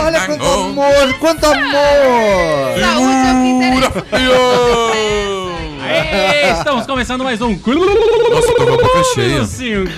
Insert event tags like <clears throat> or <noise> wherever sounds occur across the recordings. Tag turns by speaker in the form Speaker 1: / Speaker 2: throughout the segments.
Speaker 1: Olha quanto amor, quanto amor!
Speaker 2: Saúde é o que interessa.
Speaker 3: Ei, Estamos começando mais um Clube
Speaker 4: Nossa, tô com a boca cheia.
Speaker 3: 5.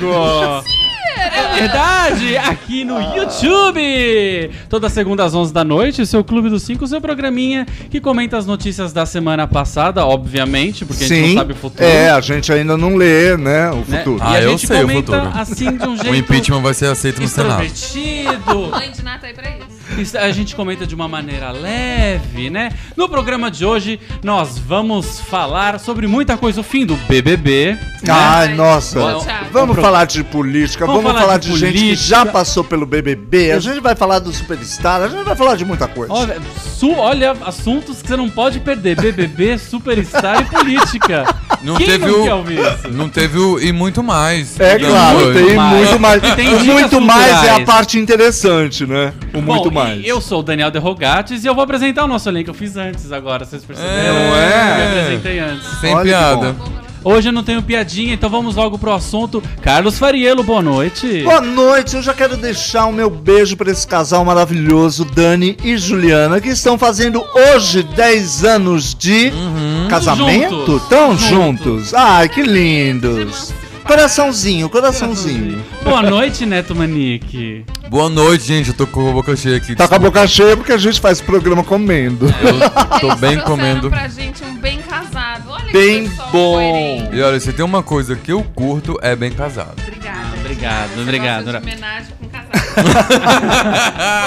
Speaker 3: É verdade, aqui no YouTube. Toda segunda às 11 da noite, seu Clube dos 5, seu programinha que comenta as notícias da semana passada, obviamente, porque a gente não sabe o futuro.
Speaker 1: é, a gente ainda não lê, né, o
Speaker 3: né?
Speaker 1: futuro.
Speaker 3: E a
Speaker 4: Ah, eu
Speaker 3: gente
Speaker 4: sei o
Speaker 3: comenta
Speaker 4: futuro.
Speaker 3: assim de um
Speaker 4: <laughs>
Speaker 3: jeito
Speaker 4: O impeachment vai ser aceito no Senado.
Speaker 3: extrovertido.
Speaker 2: Mãe de Nata aí pra isso.
Speaker 3: Isso, A gente comenta de uma maneira leve, né? No programa de hoje, nós vamos falar sobre muita coisa. O fim do BBB. né?
Speaker 1: Ai, nossa.
Speaker 2: Ô, Thiago.
Speaker 1: Vamos falar de política,
Speaker 3: Vamos
Speaker 1: vamos,
Speaker 3: falar
Speaker 1: falar,
Speaker 3: de
Speaker 1: de, gente que
Speaker 3: política.
Speaker 1: já passou pelo BBB, a gente vai falar do Superstar, a gente vai falar de muita coisa.
Speaker 3: Olha, su- olha, assuntos que você não pode perder: BBB, Superstar e política.
Speaker 4: Não
Speaker 3: Quem
Speaker 4: teve
Speaker 3: não
Speaker 4: o-
Speaker 3: quer ouvir isso?
Speaker 4: Não teve o e muito mais.
Speaker 1: é
Speaker 4: Não,
Speaker 1: claro,
Speaker 4: foi.
Speaker 1: tem muito mais.
Speaker 3: E tem
Speaker 1: o
Speaker 3: dicas
Speaker 1: muito mais é a
Speaker 3: culturais.
Speaker 1: parte interessante, né? O
Speaker 3: Bom,
Speaker 1: muito
Speaker 3: e
Speaker 1: mais.
Speaker 3: Eu sou o Daniel Derrogates e eu vou apresentar o nosso elenco. Eu fiz antes agora, vocês perceberam?
Speaker 4: É, não é?
Speaker 3: Eu me apresentei antes.
Speaker 4: Sem
Speaker 1: Olha que
Speaker 4: piada.
Speaker 3: Hoje eu não tenho piadinha, então vamos logo pro assunto. Carlos Fariello, boa noite.
Speaker 1: Boa noite, eu já quero deixar o meu beijo para esse casal maravilhoso, Dani e Juliana, que estão fazendo hoje 10 anos de
Speaker 4: Uhum.
Speaker 1: casamento.
Speaker 3: Juntos.
Speaker 1: Tão
Speaker 3: Juntos.
Speaker 1: juntos. Ai, que lindos. Coraçãozinho, coraçãozinho.
Speaker 3: Boa noite, Neto Manique.
Speaker 4: Boa noite, gente. Eu tô com a boca cheia aqui.
Speaker 1: Tá com a boca cheia porque a gente faz programa comendo.
Speaker 4: Eu tô
Speaker 2: Eles
Speaker 4: bem
Speaker 2: trouxeram
Speaker 4: comendo.
Speaker 2: pra gente um bem casado. Olha
Speaker 1: Bem
Speaker 2: que pessoal
Speaker 1: bom.
Speaker 2: coerente.
Speaker 4: E olha, se tem uma coisa que eu curto, é bem casado.
Speaker 2: Obrigada.
Speaker 3: Obrigado,
Speaker 2: Você
Speaker 3: obrigado.
Speaker 2: gosta de homenagem com casado.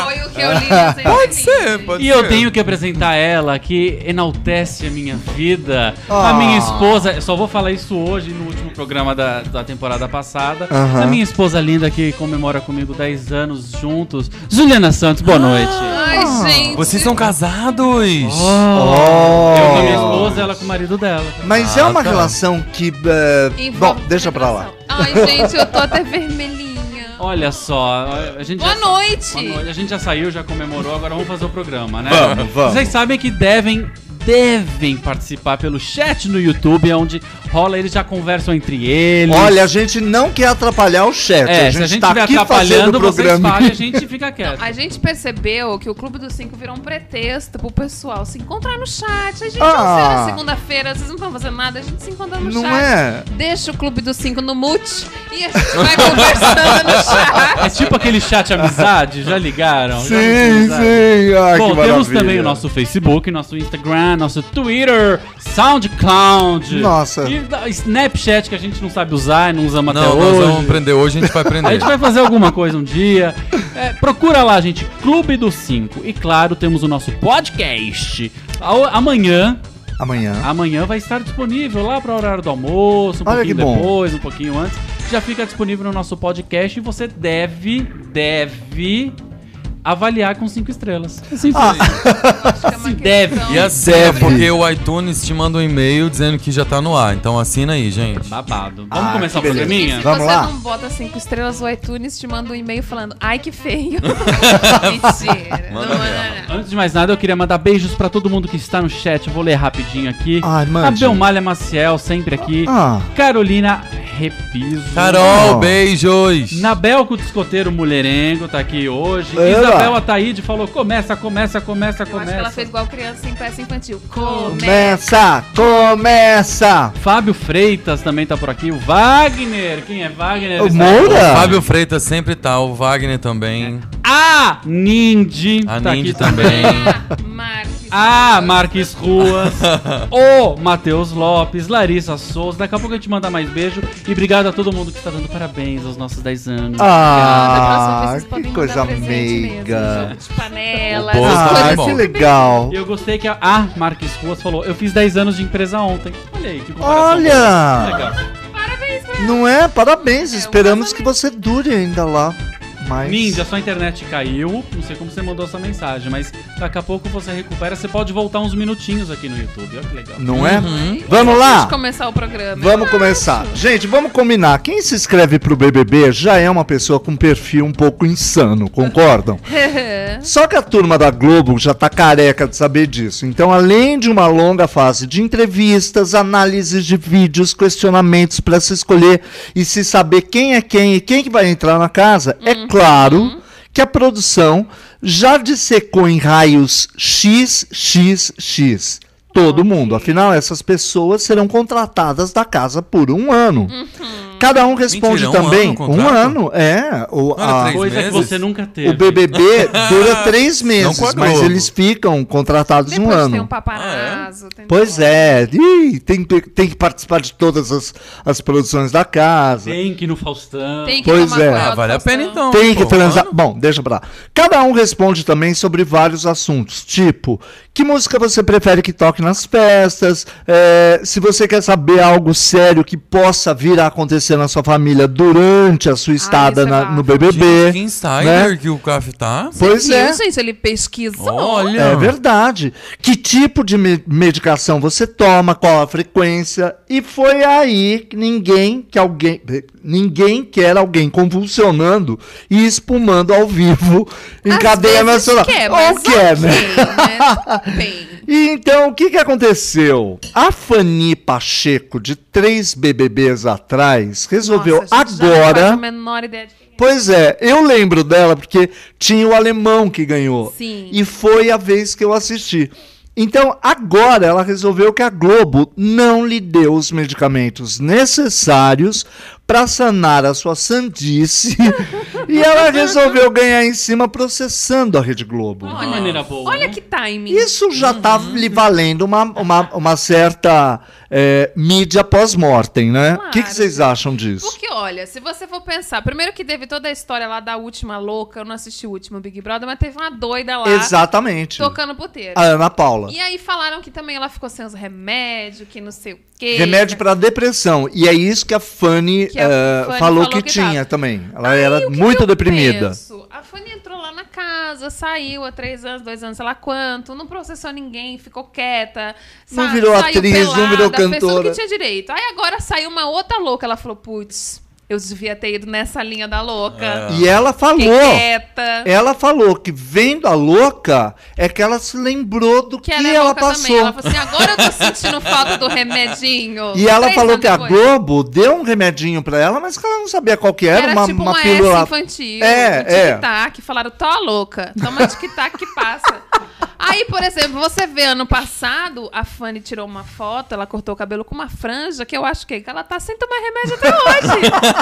Speaker 2: Foi o que eu li recentemente.
Speaker 4: Pode ser, pode
Speaker 3: E
Speaker 4: ser.
Speaker 3: eu tenho que apresentar ela que enaltece a minha vida, a
Speaker 1: Ah.
Speaker 3: minha esposa. Só vou falar isso hoje no último programa da, da temporada passada.
Speaker 1: Aham.
Speaker 3: A minha esposa linda que comemora comigo 10 anos juntos, Juliana Santos.
Speaker 1: Ah.
Speaker 3: Boa noite.
Speaker 2: Ai, gente.
Speaker 4: Vocês são casados?
Speaker 3: Eu com a minha
Speaker 1: Oh.
Speaker 3: esposa, ela com o marido dela.
Speaker 1: Mas é
Speaker 4: Ah,
Speaker 1: uma
Speaker 4: tá.
Speaker 1: relação que. eh, bom,
Speaker 2: Envolve
Speaker 1: deixa pra lá.
Speaker 2: penetração. Ai, gente, eu tô até vermelhinha.
Speaker 3: Olha só, a gente
Speaker 2: Boa
Speaker 3: já- tá.
Speaker 2: noite.
Speaker 3: Boa noite. A gente já saiu, já comemorou, agora vamos fazer o programa, né?
Speaker 1: Vamos, vamos.
Speaker 3: Vocês sabem que devem devem participar pelo chat no YouTube, onde rola, eles já conversam entre eles.
Speaker 1: Olha, a gente não quer atrapalhar o chat.
Speaker 3: É,
Speaker 1: a
Speaker 3: se
Speaker 1: gente,
Speaker 3: a gente
Speaker 1: tá
Speaker 3: estiver
Speaker 1: aqui fazendo
Speaker 3: atrapalhando,
Speaker 1: o
Speaker 3: vocês
Speaker 1: programa.
Speaker 3: falam e a gente fica quieto.
Speaker 2: A gente percebeu que o Clube dos Cinco virou um pretexto pro pessoal se encontrar no chat. A gente
Speaker 1: Ah.
Speaker 2: não sei, na segunda-feira, vocês não estão fazendo nada, a gente se encontra no
Speaker 1: Não
Speaker 2: chat.
Speaker 1: é?
Speaker 2: Deixa o Clube dos Cinco no mute e a gente vai conversando no
Speaker 3: <laughs>
Speaker 2: chat.
Speaker 3: É tipo aquele chat amizade, já ligaram? Já
Speaker 1: Sim,
Speaker 3: amizade?
Speaker 1: sim. Ai,
Speaker 3: Bom,
Speaker 1: que
Speaker 3: temos
Speaker 1: maravilha.
Speaker 3: também o nosso Facebook, nosso Instagram, nosso Twitter, SoundCloud.
Speaker 1: Nossa.
Speaker 3: E da- Snapchat que a gente não sabe usar e não usamos até
Speaker 4: Não,
Speaker 3: hoje.
Speaker 4: nós vamos aprender hoje, a gente
Speaker 1: <laughs>
Speaker 4: vai aprender.
Speaker 3: A gente vai fazer alguma coisa um dia. É, procura lá, gente, Clube dos Cinco. E claro, temos o nosso podcast. Ao- Amanhã,
Speaker 1: Amanhã.
Speaker 3: amanhã vai estar disponível lá para o horário do almoço, um
Speaker 1: Olha
Speaker 3: pouquinho
Speaker 1: que bom.
Speaker 3: depois, um pouquinho antes. Já fica disponível no nosso podcast e você deve, deve avaliar com cinco estrelas. É simples.
Speaker 1: Ah.
Speaker 2: Acho que é uma
Speaker 3: Se deve.
Speaker 2: questão-
Speaker 4: E assim, é
Speaker 1: Deve.
Speaker 4: porque o iTunes te manda um e-mail dizendo que já tá no ar. Então assina aí, gente.
Speaker 3: Babado. Vamos
Speaker 1: Ah,
Speaker 3: começar o
Speaker 1: que beleza.
Speaker 2: E se
Speaker 3: programinha?
Speaker 1: Vamos
Speaker 2: você
Speaker 1: lá?
Speaker 2: não bota cinco estrelas no iTunes, te manda um e-mail falando, ai que
Speaker 3: <laughs>
Speaker 2: feio. Mentira.
Speaker 4: Manda
Speaker 2: não,
Speaker 4: mesmo.
Speaker 2: não, não.
Speaker 3: Antes de mais nada, eu queria mandar beijos pra todo mundo que está no chat. Eu vou ler rapidinho aqui.
Speaker 1: Ai, Ah, mande.
Speaker 3: a Belmalha Maciel, sempre aqui.
Speaker 1: Ah.
Speaker 3: Carolina Repiso.
Speaker 4: Carol,
Speaker 1: Não.
Speaker 4: beijos!
Speaker 3: Nabelco Discoteiro Mulherengo tá aqui hoje.
Speaker 1: Eba.
Speaker 3: Isabel Ataíde falou: começa, começa,
Speaker 2: Eu
Speaker 3: começa,
Speaker 2: acho que ela
Speaker 3: começa.
Speaker 2: fez igual criança em peça infantil.
Speaker 1: Começa, começa.
Speaker 3: Fábio Freitas também tá por aqui. O Wagner. Quem é Wagner?
Speaker 1: O
Speaker 3: Ele tá-
Speaker 1: Moura?
Speaker 4: Fábio Freitas sempre tá, o Wagner também.
Speaker 3: É. A Nindy.
Speaker 4: A
Speaker 3: tá
Speaker 4: Nindy
Speaker 3: aqui <laughs>
Speaker 4: também.
Speaker 2: Ah, Marques.
Speaker 3: Ah, Marques
Speaker 4: <laughs>
Speaker 3: Ruas, o Matheus Lopes, Larissa Souza. Daqui a pouco eu te mandar mais beijo. E obrigado a todo mundo que está dando parabéns aos nossos 10 anos.
Speaker 1: Ah,
Speaker 2: Obrigada, próxima vez vocês podem
Speaker 1: que
Speaker 2: mandar
Speaker 1: coisa
Speaker 2: presente mesmo,
Speaker 1: meiga.
Speaker 2: jogo de panela,
Speaker 4: O bolo
Speaker 2: essas
Speaker 4: tá
Speaker 2: coisas
Speaker 1: Ah,
Speaker 4: bom.
Speaker 1: que
Speaker 2: assim.
Speaker 1: legal.
Speaker 3: E eu gostei que a, a Marques Ruas falou: Eu fiz 10 anos de empresa ontem. Olha aí, que comparação boa.
Speaker 1: Olha,
Speaker 3: Legal.
Speaker 2: Parabéns pra
Speaker 1: não é? Parabéns, esperamos
Speaker 2: casamento.
Speaker 1: que você dure ainda lá. mas.
Speaker 3: Ninja, sua internet caiu. Não sei como você mandou essa mensagem, mas daqui a pouco você recupera. Você pode voltar uns minutinhos aqui no YouTube. Olha que legal.
Speaker 1: Não é?
Speaker 4: Uhum.
Speaker 1: Vamos lá!
Speaker 2: Vamos começar o programa.
Speaker 1: Vamos começar. Gente, vamos combinar. Quem se inscreve pro BBB já é uma pessoa com perfil um pouco insano, concordam? Só que a turma da Globo já tá careca de saber disso. Então, além de uma longa fase de entrevistas, análises de vídeos, questionamentos para se escolher e se saber quem é quem e quem que vai entrar na casa, é claro que a produção já dissecou em raios X, X, X. Todo mundo. Afinal, essas pessoas serão contratadas da casa por um ano. Cada um responde
Speaker 4: Mentira, é um
Speaker 1: também.
Speaker 4: ano o
Speaker 1: um
Speaker 4: contrato? Um
Speaker 1: ano, é. O,
Speaker 4: Não era
Speaker 1: a-
Speaker 4: três
Speaker 3: Coisa que
Speaker 4: meses?
Speaker 3: você nunca teve.
Speaker 1: o BBB dura três meses,
Speaker 4: com a
Speaker 1: mas
Speaker 4: Globo.
Speaker 1: eles ficam contratados
Speaker 2: <laughs> Depois
Speaker 1: um
Speaker 2: tem
Speaker 1: ano.
Speaker 2: um paparazzo. tem
Speaker 1: Pois
Speaker 2: tudo.
Speaker 1: é, Ih, tem, que- tem que participar de todas as, as produções da casa.
Speaker 3: Tem que ir no Faustão.
Speaker 2: Tem que
Speaker 1: Pois
Speaker 2: tomar
Speaker 1: é.
Speaker 2: cuidado,
Speaker 4: Ah, vale a pena
Speaker 2: Faustão.
Speaker 4: então.
Speaker 1: Tem que
Speaker 4: pô.
Speaker 1: transar.
Speaker 4: Mano,
Speaker 1: Bom, deixa pra lá. Cada um responde também sobre vários assuntos, tipo, que música você prefere que toque nas festas? É, se você quer saber algo sério que possa vir a acontecer na sua família durante a sua estada
Speaker 2: isso é
Speaker 1: na-
Speaker 2: bafo.
Speaker 1: no BBB.
Speaker 4: gente, Que insider
Speaker 1: né?
Speaker 4: que o Caf tá.
Speaker 1: Pois
Speaker 2: Viu,
Speaker 1: é.
Speaker 2: gente, ele pesquisou.
Speaker 4: Olha.
Speaker 1: É verdade. Que tipo de me- medicação você toma, qual a frequência? E foi aí que ninguém que alguém ninguém quer alguém convulsionando e espumando ao vivo em
Speaker 2: Às
Speaker 1: cadeia
Speaker 2: vezes
Speaker 1: nacional.
Speaker 2: Quer,
Speaker 1: Ou
Speaker 2: mas é
Speaker 1: quer,
Speaker 2: ok,
Speaker 1: né? <laughs>
Speaker 2: né? Tudo Bem.
Speaker 1: E então, o que, que aconteceu? A Fani Pacheco, de três BBBs atrás, resolveu
Speaker 2: Nossa, a gente já não faz
Speaker 1: agora.
Speaker 2: a menor ideia de quem é.
Speaker 1: Pois é, eu lembro dela porque tinha o alemão que ganhou.
Speaker 2: Sim.
Speaker 1: E foi a vez que eu assisti. Então, agora ela resolveu que a Globo não lhe deu os medicamentos necessários para sanar a sua
Speaker 2: <laughs>
Speaker 1: sandice. e ela resolveu ganhar em cima processando a Rede Globo.
Speaker 3: De maneira boa.
Speaker 2: Olha
Speaker 3: né?
Speaker 2: que timing.
Speaker 1: Isso já tá
Speaker 2: Uhum.
Speaker 1: lhe valendo uma, uma, uma certa eh, mídia pós-mortem, né? O que, que
Speaker 2: Claro.
Speaker 1: vocês acham disso?
Speaker 2: Porque, olha, se você for pensar, primeiro que teve toda a história lá da última louca, eu não assisti o último Big Brother, mas teve uma doida lá
Speaker 1: Exatamente.
Speaker 2: tocando puteiro.
Speaker 1: A Ana Paula.
Speaker 2: E aí falaram que também ela ficou sem os remédios, que não sei o quê.
Speaker 1: Remédio pra depressão. E é isso que a Fanny,
Speaker 2: Que a
Speaker 1: eh,
Speaker 2: Fanny
Speaker 1: falou,
Speaker 2: falou
Speaker 1: que,
Speaker 2: que
Speaker 1: tinha
Speaker 2: tava.
Speaker 1: também. Ela
Speaker 2: Aí,
Speaker 1: era
Speaker 2: o que que
Speaker 1: muito
Speaker 2: eu
Speaker 1: deprimida.
Speaker 2: penso? A Fanny entrou lá na casa, saiu há três anos, dois anos, sei lá quanto, não processou ninguém, ficou quieta.
Speaker 1: Não virou
Speaker 2: saiu
Speaker 1: atriz, não virou
Speaker 2: fez tudo
Speaker 1: cantora.
Speaker 2: que tinha direito. Aí agora saiu uma outra louca, ela falou, putz, eu devia ter ido nessa linha da louca.
Speaker 1: E ela Ah. falou. É,
Speaker 2: Fiquei quieta.
Speaker 1: Ela falou que vendo a louca é que ela se lembrou do que,
Speaker 2: Que ela é
Speaker 1: ela
Speaker 2: louca também.
Speaker 1: passou.
Speaker 2: Ela falou assim, agora eu tô sentindo falta do remedinho.
Speaker 1: E ela
Speaker 2: Três
Speaker 1: falou
Speaker 2: anos
Speaker 1: que a
Speaker 2: depois.
Speaker 1: Globo deu um remedinho pra ela, mas que ela não sabia qual que era,
Speaker 2: Era
Speaker 1: uma,
Speaker 2: tipo
Speaker 1: uma
Speaker 2: uma,
Speaker 1: pílula.
Speaker 2: S infantil.
Speaker 1: É,
Speaker 2: um
Speaker 1: é.
Speaker 2: Tic-tac. Falaram, tô louca. Toma tic-tac que
Speaker 1: <laughs>
Speaker 2: passa. Aí, por exemplo, você vê ano passado, a Fanny tirou uma foto, ela cortou o cabelo com uma franja, que eu acho que que ela tá sem tomar remédio até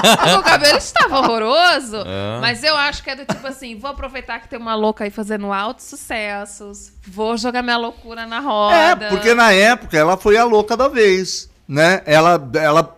Speaker 1: <laughs>
Speaker 2: hoje. o cabelo estava horroroso, mas eu acho que é do tipo assim, vou aproveitar que tem uma louca aí fazendo altos sucessos, vou jogar minha loucura na roda.
Speaker 1: É, porque na época ela foi a louca da vez, né? Ela, ela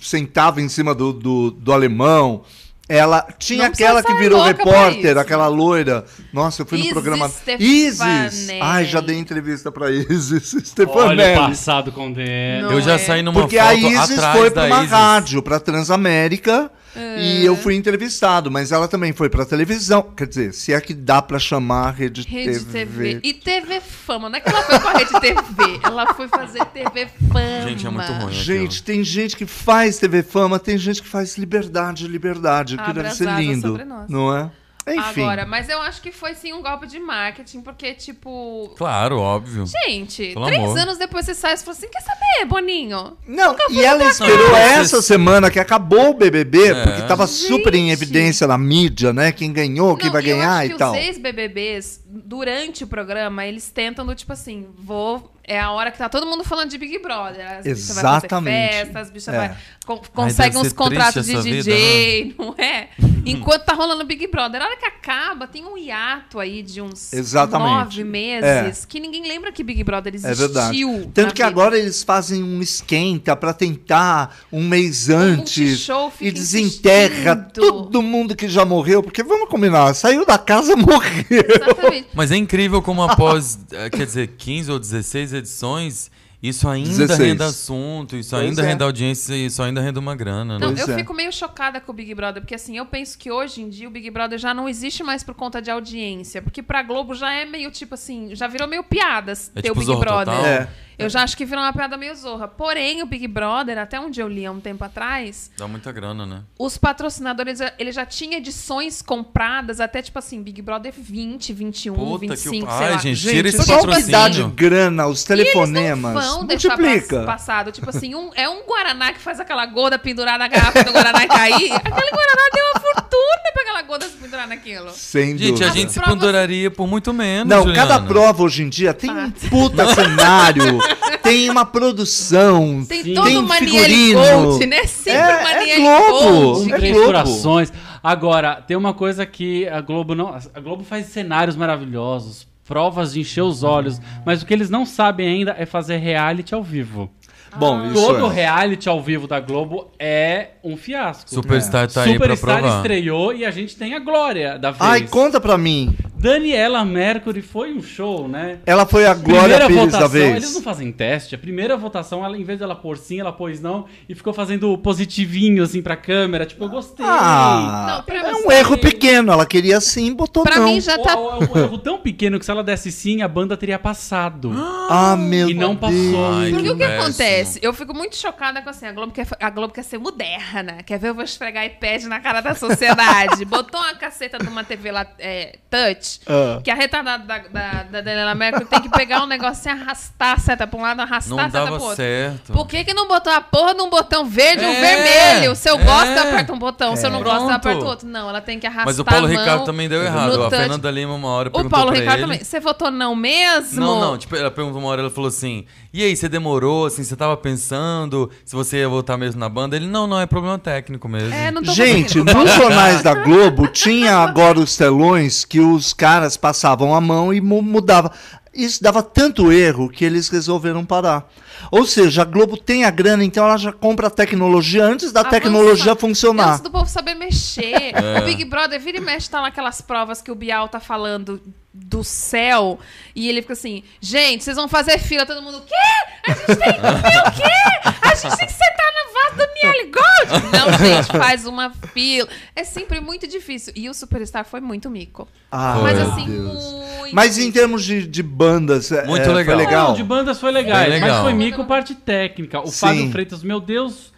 Speaker 1: sentava em cima do, do, do alemão. Ela tinha
Speaker 2: Não precisa
Speaker 1: aquela que
Speaker 2: ser
Speaker 1: virou
Speaker 2: louca pra
Speaker 1: repórter,
Speaker 2: isso.
Speaker 1: aquela loira. Nossa, eu fui no
Speaker 2: Isis
Speaker 1: programa.
Speaker 2: Stefanelli.
Speaker 1: Isis! Ai, já dei entrevista pra Isis <laughs>
Speaker 3: Olha o
Speaker 1: Stefanelli.
Speaker 3: passado com dele.
Speaker 2: Não
Speaker 4: Eu já
Speaker 2: é.
Speaker 4: saí numa
Speaker 1: Porque
Speaker 4: foto
Speaker 1: a Isis
Speaker 4: atrás
Speaker 1: foi
Speaker 4: da
Speaker 1: pra uma
Speaker 4: Isis.
Speaker 1: rádio, pra Transamérica, e eu fui entrevistado, mas ela também foi pra televisão. Quer dizer, se é que dá pra chamar a Rede,
Speaker 2: Rede TV.
Speaker 1: TV.
Speaker 2: E TV Fama. Não é que ela foi com a Rede TV. Ela foi fazer TV Fama.
Speaker 4: Gente, é muito ruim.
Speaker 1: Gente, tem gente que faz TV Fama, tem gente que faz Liberdade, Liberdade, que
Speaker 2: Abraçada
Speaker 1: deve ser lindo.
Speaker 2: sobre nós.
Speaker 1: Não é? Enfim.
Speaker 2: Agora, mas eu acho que foi sim um golpe de marketing, porque, tipo.
Speaker 4: Claro, óbvio.
Speaker 2: Gente,
Speaker 4: Pelo
Speaker 2: três
Speaker 4: amor.
Speaker 2: anos depois você sai e fala assim: quer saber, Boninho?
Speaker 1: Não, e ela esperou
Speaker 4: Não,
Speaker 1: essa
Speaker 4: vocês-
Speaker 1: semana que acabou o BBB,
Speaker 4: É.
Speaker 1: porque tava super em
Speaker 2: Gente.
Speaker 1: evidência na mídia, né? Quem ganhou, quem
Speaker 2: Não,
Speaker 1: vai
Speaker 2: e eu
Speaker 1: ganhar então?
Speaker 2: acho
Speaker 1: e
Speaker 2: que
Speaker 1: tal.
Speaker 2: Os seis BBBs, durante o programa, eles tentam do tipo assim: vou. É a hora que tá todo mundo falando de Big Brother. As bichas vai fazer
Speaker 1: Exatamente.
Speaker 2: festa, as bichas
Speaker 1: É.
Speaker 2: vai- con- conseguem
Speaker 4: deve ser
Speaker 2: uns contratos de
Speaker 4: triste essa né?
Speaker 2: DJ, <laughs> não é? Enquanto tá rolando Big Brother. A hora que acaba, tem um hiato aí de uns
Speaker 1: Exatamente.
Speaker 2: nove meses que ninguém lembra que Big Brother
Speaker 1: É
Speaker 2: existiu.
Speaker 1: verdade.
Speaker 2: na
Speaker 1: Tanto que
Speaker 2: vida.
Speaker 1: agora eles fazem um esquenta pra tentar um mês antes
Speaker 2: multishow
Speaker 1: e
Speaker 2: fica
Speaker 1: desenterra
Speaker 2: insistindo.
Speaker 1: todo mundo que já morreu, porque vamos combinar, saiu da casa, <laughs> morreu.
Speaker 2: Exatamente.
Speaker 4: Mas é incrível como após, eh, quer dizer, 15 ou 16 edições, Isso ainda
Speaker 1: 16.
Speaker 4: rende assunto, isso
Speaker 1: Pois
Speaker 4: ainda
Speaker 1: é.
Speaker 4: rende audiência, isso ainda rende uma grana, né?
Speaker 2: Não,
Speaker 1: Pois
Speaker 2: eu
Speaker 1: é.
Speaker 2: fico meio chocada com o Big Brother, porque assim, eu penso que hoje em dia o Big Brother já não existe mais por conta de audiência, porque pra Globo já é meio tipo assim, já virou meio piadas
Speaker 4: É
Speaker 2: ter o
Speaker 4: tipo
Speaker 2: Big
Speaker 4: Zorra
Speaker 2: Brother.
Speaker 4: Total?
Speaker 1: É.
Speaker 2: Eu já acho que virou uma piada meio zorra. Porém, o Big Brother, até onde eu li há um tempo atrás,
Speaker 4: Dá muita grana, né?
Speaker 2: os patrocinadores, ele já tinha edições compradas até tipo assim, Big Brother 20, 21,
Speaker 4: Puta que
Speaker 2: 25,
Speaker 4: o...
Speaker 2: sei lá.
Speaker 4: Ai, gente, tira
Speaker 1: Gente,
Speaker 4: esse
Speaker 1: só que dá de
Speaker 4: patrocínio.
Speaker 1: grana, os telefonemas.
Speaker 2: Eles não vão deixar
Speaker 1: multiplica.
Speaker 2: pass- passado. Tipo assim, um- é um Guaraná que faz aquela goda pendurar na garrafa do Guaraná <laughs> e cair. Aquele Guaraná deu uma fortuna pra aquela goda se pendurar naquilo.
Speaker 1: Sem
Speaker 4: Gente,
Speaker 1: dúvida.
Speaker 4: a gente se
Speaker 2: provas-
Speaker 4: penduraria por muito menos,
Speaker 1: Não,
Speaker 4: Juliana.
Speaker 1: cada prova hoje em dia tem um puta cenário, tem uma produção,
Speaker 2: Tem
Speaker 1: tem, um
Speaker 2: todo o Maniele
Speaker 1: figurino.
Speaker 2: Gold, né? Sempre
Speaker 1: É- é
Speaker 2: Maniele
Speaker 1: Globo.
Speaker 2: Gold.
Speaker 3: Um,
Speaker 1: É
Speaker 3: três
Speaker 1: Globo.
Speaker 3: corações. Agora, tem uma coisa que a Globo não. A Globo faz cenários maravilhosos, provas de encher os olhos, mas o que eles não sabem ainda é fazer reality ao vivo.
Speaker 2: Ah.
Speaker 1: Bom, isso
Speaker 3: Todo
Speaker 1: é.
Speaker 3: reality ao vivo da Globo é um fiasco.
Speaker 4: Superstar tá aí pra
Speaker 3: Superstar
Speaker 4: provar.
Speaker 3: estreou e a gente tem a glória da vez.
Speaker 1: é Ai, conta pra mim.
Speaker 3: Daniela Mercury foi um show, né?
Speaker 1: Ela foi a Glória
Speaker 3: primeira
Speaker 1: Pires
Speaker 3: votação,
Speaker 1: da vez.
Speaker 3: eles não fazem teste. A primeira votação, ela, em vez dela pôr sim, ela pôs não. E ficou fazendo positivinho, assim, pra câmera. Tipo, eu gostei.
Speaker 1: Ah,
Speaker 2: Não, pra
Speaker 1: é um
Speaker 2: você-
Speaker 1: erro pequeno. Ela queria sim, botou
Speaker 2: Pra
Speaker 1: não.
Speaker 2: mim já
Speaker 3: Ou-
Speaker 2: tá.
Speaker 3: ou- é um erro tão pequeno que se ela desse sim, a banda teria passado.
Speaker 1: Ah, meu
Speaker 3: E não
Speaker 1: Deus.
Speaker 3: passou.
Speaker 4: Ai,
Speaker 2: Porque o que
Speaker 4: péssimo.
Speaker 2: acontece? Eu fico muito chocada com assim, a Globo quer, a Globo quer ser moderna, quer ver eu vou esfregar iPad na cara da
Speaker 1: <laughs>
Speaker 2: sociedade. Botou uma caceta numa TV lá, é, touch,
Speaker 1: Ah.
Speaker 2: que a retardada da, da, da Daniela Mercury tem que pegar um negócio e arrastar a seta pra um lado, arrastar
Speaker 4: Não
Speaker 2: a seta pro
Speaker 4: dava
Speaker 2: outro.
Speaker 4: certo.
Speaker 2: Por que, que não botou a porra num botão verde ou
Speaker 4: É,
Speaker 2: vermelho? Se eu gosto,
Speaker 4: é.
Speaker 2: eu aperto um botão. Se eu não gosto, eu
Speaker 4: Pronto.
Speaker 2: aperto outro. Não, ela tem que arrastar
Speaker 4: Mas o Paulo
Speaker 2: a mão
Speaker 4: Ricardo também deu
Speaker 2: no
Speaker 4: errado. A
Speaker 2: touch.
Speaker 4: Fernanda Lima uma hora
Speaker 2: O
Speaker 4: perguntou
Speaker 2: Paulo
Speaker 4: pra
Speaker 2: Ricardo
Speaker 4: ele.
Speaker 2: também. Você votou não mesmo?
Speaker 4: Não, não, tipo, ela perguntou uma hora, ela falou assim: E aí, você demorou? Assim, você tava pensando se você ia voltar mesmo na banda? Ele, não, não, é problema técnico mesmo.
Speaker 2: É, não tô
Speaker 1: Gente,
Speaker 2: conseguindo.
Speaker 1: nos jornais da Globo tinha agora os telões que os caras passavam a mão e mu- mudava. Isso dava tanto erro que eles resolveram parar. Ou seja, a Globo tem a grana, então ela já compra a tecnologia antes da
Speaker 2: Avançar.
Speaker 1: tecnologia funcionar.
Speaker 2: Antes do povo saber
Speaker 4: <laughs>
Speaker 2: mexer.
Speaker 4: É.
Speaker 2: O Big Brother vira e mexe, tá lá aquelas provas que o Bial tá falando do céu. E ele fica assim, gente, vocês vão fazer fila. Todo mundo, o quê? A gente tem que comer o quê? A gente tem que sentar na vaso do Miele Gold. Não, gente, faz uma fila. É sempre muito difícil. E o Superstar foi muito mico.
Speaker 1: Ah,
Speaker 2: Mas
Speaker 1: meu
Speaker 2: assim,
Speaker 1: Deus.
Speaker 2: muito
Speaker 1: Mas em
Speaker 2: mico.
Speaker 1: termos de, de bandas, é,
Speaker 4: Muito
Speaker 1: é, foi
Speaker 4: legal.
Speaker 3: Não,
Speaker 1: legal.
Speaker 3: de bandas foi legal,
Speaker 4: Bem legal.
Speaker 3: mas foi mico parte técnica. O
Speaker 1: Sim.
Speaker 3: Fábio Freitas, meu Deus,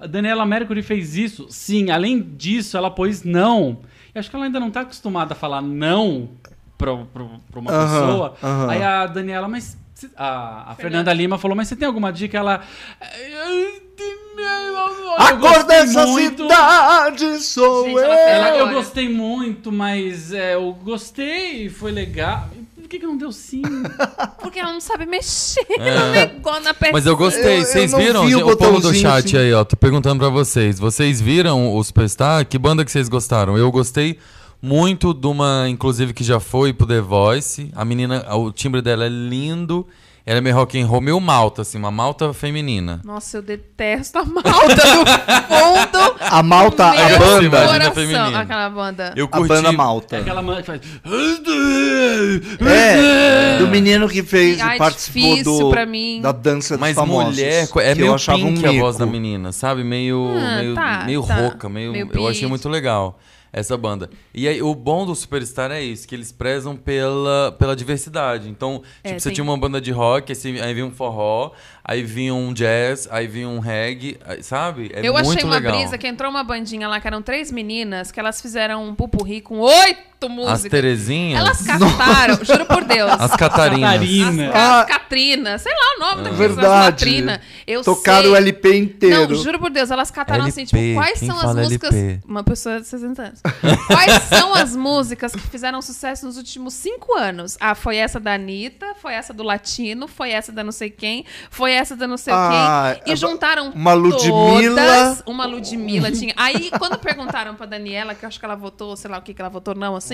Speaker 3: a Daniela Mercury fez isso? Sim, além disso, ela pôs não. E acho que ela ainda não tá acostumada a falar não pra, pra- pra uma
Speaker 1: Aham,
Speaker 3: pessoa.
Speaker 1: aham.
Speaker 3: Aí a Daniela, mas. cê- A, a Fernanda Lima falou, mas você tem alguma dica? Ela.
Speaker 1: A
Speaker 3: Eu
Speaker 1: cor
Speaker 3: gostei
Speaker 1: dessa
Speaker 3: muito.
Speaker 1: cidade sou
Speaker 2: Gente, ela fez-
Speaker 1: eu.
Speaker 3: Ela, eu
Speaker 2: Olha.
Speaker 3: gostei muito, mas é, eu gostei, foi legal. Por que, que não deu
Speaker 1: <laughs>
Speaker 3: sim?
Speaker 2: Porque ela não sabe mexer no negócio, na perna.
Speaker 4: É. Mas eu
Speaker 1: Eu-
Speaker 4: gostei,
Speaker 1: eu
Speaker 4: vocês
Speaker 1: não
Speaker 4: viram?
Speaker 1: vi o
Speaker 4: gente? o povo do
Speaker 1: botãozinho,
Speaker 4: chat
Speaker 1: assim.
Speaker 4: aí, ó, tô perguntando pra vocês. Vocês viram o Superstar? Que banda que vocês gostaram? Eu gostei muito de uma, inclusive, que já foi pro The Voice. A menina, o timbre dela é lindo. Ela é meio rock and roll, meio malta, assim, uma malta feminina.
Speaker 2: Nossa, eu detesto a malta do fundo.
Speaker 1: A malta,
Speaker 2: do meu
Speaker 1: a
Speaker 4: Imagina
Speaker 1: banda,
Speaker 4: Sim,
Speaker 2: coração.
Speaker 4: feminina.
Speaker 2: Aquela banda.
Speaker 4: Eu
Speaker 1: a
Speaker 4: curti.
Speaker 1: banda
Speaker 4: <laughs>
Speaker 3: É
Speaker 1: malta.
Speaker 3: aquela man que faz.
Speaker 1: É, do menino que fez,
Speaker 2: Ai,
Speaker 1: participou
Speaker 2: difícil
Speaker 1: do,
Speaker 2: pra mim.
Speaker 1: da dança dos
Speaker 4: Mas
Speaker 1: famosos.
Speaker 4: mulher, co- é
Speaker 1: que
Speaker 4: meio
Speaker 1: eu achava um
Speaker 4: pink a voz
Speaker 1: mico.
Speaker 4: da menina, sabe? Meio,
Speaker 2: Ah,
Speaker 4: meio,
Speaker 2: tá,
Speaker 4: meio
Speaker 2: tá.
Speaker 4: rouca, meio,
Speaker 2: Meio
Speaker 4: eu achei
Speaker 2: beat.
Speaker 4: muito legal essa banda. E aí, o bom do Superstar é isso, que eles prezam pela, pela diversidade. Então,
Speaker 2: É,
Speaker 4: tipo, você
Speaker 2: tem-
Speaker 4: tinha uma banda de rock, assim, aí vinha um forró, aí vinha um jazz, aí vinha um reggae, aí- sabe? É
Speaker 2: eu
Speaker 4: muito
Speaker 2: achei uma
Speaker 4: legal.
Speaker 2: brisa que entrou uma bandinha lá, que eram três meninas, que elas fizeram um pupurri com oito
Speaker 4: As
Speaker 2: músicas.
Speaker 4: Terezinhas,
Speaker 2: Elas captaram, juro por Deus.
Speaker 4: as Ah. Catarinas.
Speaker 3: Catarina.
Speaker 2: As
Speaker 1: Ah.
Speaker 2: Catrina, sei lá o nome daqueles
Speaker 1: Verdade.
Speaker 2: Catrina. Eu
Speaker 1: Tocaram
Speaker 2: sei.
Speaker 1: o LP inteiro.
Speaker 2: Não, juro por Deus, elas cataram assim,
Speaker 4: LP,
Speaker 2: tipo, quais
Speaker 4: quem
Speaker 2: são as
Speaker 4: fala
Speaker 2: músicas.
Speaker 4: LP?
Speaker 2: Uma pessoa de 60 anos. <laughs> quais são as músicas que fizeram sucesso nos últimos cinco anos? Ah, foi essa da Anitta, foi essa do Latino, foi essa da não sei quem, foi essa da não sei
Speaker 1: Ah,
Speaker 2: quem.
Speaker 1: é,
Speaker 2: E juntaram
Speaker 1: uma Ludmilla.
Speaker 2: todas. Uma Ludmilla tinha. Aí, quando perguntaram pra Daniela, que eu acho que ela votou, sei lá o que, que ela votou, não, assim.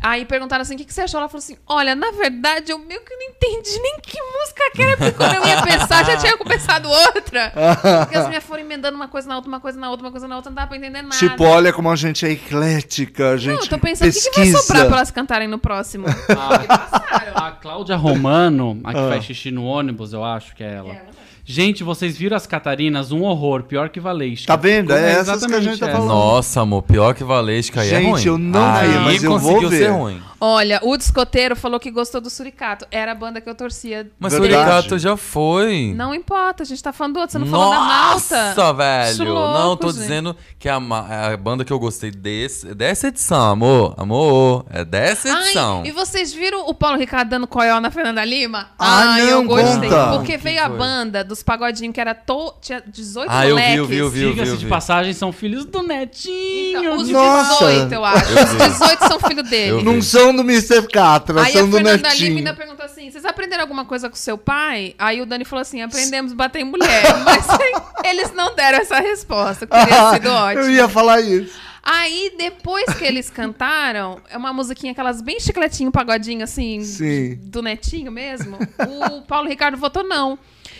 Speaker 2: Aí perguntaram assim, o que, que você achou? Ela falou assim, olha, na verdade, eu meio que não entendi nem que música que era, porque quando eu ia pensar, já tinha começado outra. Porque as minhas foram emendando uma coisa na outra, uma coisa na outra, uma coisa na outra, não dava pra entender nada.
Speaker 1: Tipo, olha como a gente é eclética, a gente
Speaker 2: não, eu tô pensando, o que,
Speaker 1: pesquisa.
Speaker 2: que vai sobrar pra elas cantarem no próximo?
Speaker 3: A, a Cláudia Romano, a que
Speaker 1: Ah.
Speaker 3: faz xixi no ônibus, eu acho que é ela. Gente, vocês viram as Catarinas? Um horror, pior que Valeixca.
Speaker 1: Tá vendo?
Speaker 3: Como
Speaker 1: É essas que a gente
Speaker 3: exatamente
Speaker 1: tá
Speaker 3: essa.
Speaker 1: falando.
Speaker 4: Nossa, amor, pior que Valesca aí é
Speaker 1: Gente,
Speaker 4: ruim.
Speaker 1: eu não
Speaker 4: aí
Speaker 1: vi, mas eu vou
Speaker 4: conseguiu
Speaker 1: ver.
Speaker 4: ser ruim.
Speaker 2: Olha, o discoteiro falou que gostou do Suricato. Era a banda que eu torcia.
Speaker 4: Mas o
Speaker 1: Verdade.
Speaker 4: Suricato já foi.
Speaker 2: Não importa, a gente tá falando do outro. Você não falou da Malta?
Speaker 4: Nossa, velho!
Speaker 2: Acho louco,
Speaker 4: não, tô
Speaker 2: gente.
Speaker 4: dizendo que a, ma- a banda que eu gostei desse, é dessa edição, amor. Amor, é dessa edição.
Speaker 2: Ai, e vocês viram o Paulo Ricardo dando coió na Fernanda Lima?
Speaker 1: Ah,
Speaker 2: Ai,
Speaker 1: não,
Speaker 2: eu gostei.
Speaker 1: conta.
Speaker 2: Porque
Speaker 4: Que
Speaker 2: veio a
Speaker 4: foi?
Speaker 2: banda dos pagodinhos que era to... tinha 18
Speaker 4: Ah, eu vi,
Speaker 2: moleques.
Speaker 4: eu vi, eu vi.
Speaker 3: é. Diga-se de
Speaker 4: viu?
Speaker 3: passagem, são filhos do Netinho.
Speaker 2: Então, os
Speaker 1: Nossa.
Speaker 2: 18, eu acho.
Speaker 4: Eu vi.
Speaker 2: os 18 são filho
Speaker 4: Eu
Speaker 2: dele.
Speaker 4: vi.
Speaker 1: Não são do Mr. Catra,
Speaker 2: Aí a
Speaker 1: são do
Speaker 2: Fernanda Lima ainda
Speaker 1: Netinho.
Speaker 2: perguntou assim: vocês aprenderam alguma coisa com seu pai? Aí o Dani falou assim: aprendemos a bater em mulher. <laughs> Mas assim, eles não deram essa resposta, que teria sido
Speaker 1: Ah, <laughs>
Speaker 2: ótimo.
Speaker 1: eu ia falar isso.
Speaker 2: Aí, depois
Speaker 4: <laughs>
Speaker 2: que eles cantaram, é uma musiquinha, aquelas bem chicletinho, pagodinho, assim,
Speaker 1: Sim.
Speaker 2: do netinho mesmo,
Speaker 4: <laughs>
Speaker 2: o Paulo Ricardo votou não.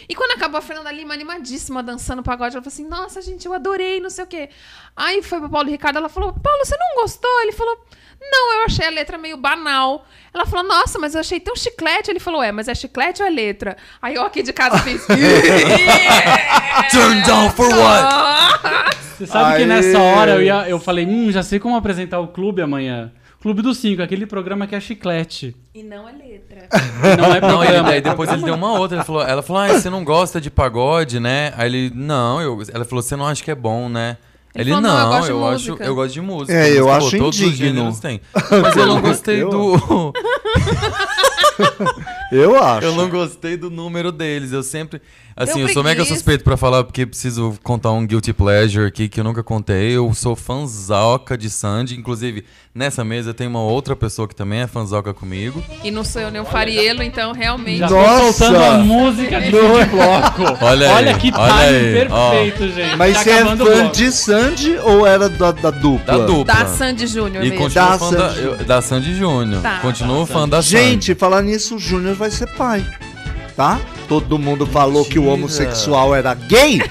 Speaker 2: E quando acabou a Fernanda Lima animadíssima dançando pagode, ela falou assim: Nossa, gente, eu adorei, não sei o quê. Aí foi pro Paulo Ricardo, ela falou: Paulo, você não gostou? Ele falou: Não, eu achei a letra meio banal. Ela falou: Nossa, mas eu achei tão chiclete. Ele falou: É, mas é chiclete ou é letra? Aí eu aqui de casa
Speaker 4: <laughs>
Speaker 2: fiz:
Speaker 4: Turn down for what?
Speaker 2: <laughs>
Speaker 3: Você sabe que
Speaker 1: Aê!
Speaker 3: nessa hora eu, ia- eu falei, hum, já sei como apresentar o clube amanhã. Clube dos Cinco, aquele programa que é chiclete.
Speaker 2: E não é letra.
Speaker 4: <laughs>
Speaker 1: <laughs>
Speaker 3: que Não é
Speaker 4: Não,
Speaker 3: programa.
Speaker 4: ele, daí depois ele deu uma outra. Ele falou, ela falou, ah, você não gosta de pagode, né? Aí ele, não, eu, ela falou, você não acha que é bom, né?
Speaker 2: Ele
Speaker 4: Ele,
Speaker 2: falou,
Speaker 4: não,
Speaker 2: não, eu gosto de
Speaker 4: eu, acho,
Speaker 2: música."
Speaker 4: eu gosto de música.
Speaker 1: É, eu
Speaker 4: Música,
Speaker 1: acho
Speaker 4: pô, Todos os
Speaker 1: indigno.
Speaker 4: gêneros tem. Mas eu não gostei
Speaker 1: <laughs> Eu
Speaker 4: do...
Speaker 1: Eu acho.
Speaker 4: Eu não gostei do número deles. Eu sempre. Assim,
Speaker 2: Deu
Speaker 4: eu sou mega
Speaker 2: preguiça.
Speaker 4: suspeito pra falar, porque preciso contar um Guilty Pleasure aqui que eu nunca contei. Eu sou fanzoca de Sandy. Inclusive, nessa mesa tem uma outra pessoa que também é fanzoca comigo.
Speaker 2: E não sou eu nem o Fariello, então realmente.
Speaker 3: Já
Speaker 1: Nossa! é.
Speaker 3: tô soltando a música de fim de bloco.
Speaker 4: Olha aí,
Speaker 3: olha que
Speaker 4: olha
Speaker 3: timing
Speaker 4: aí, ó.
Speaker 3: perfeito, gente.
Speaker 1: Mas
Speaker 3: Tá
Speaker 1: você é
Speaker 3: acabando o
Speaker 1: fã
Speaker 3: bloco.
Speaker 1: de Sandy ou era da, da dupla?
Speaker 4: Da tá dupla.
Speaker 2: Da Sandy Júnior
Speaker 4: E
Speaker 2: mesmo.
Speaker 4: continuo
Speaker 1: Da
Speaker 4: fã da,
Speaker 1: Sandy.
Speaker 4: eu- da Sandy Júnior.
Speaker 2: Tá.
Speaker 4: Continuo fã da Sandy.
Speaker 1: Gente, falar nisso, o Júnior vai ser pai. Tá? Todo mundo falou que o
Speaker 4: Mentira.
Speaker 1: homossexual era gay,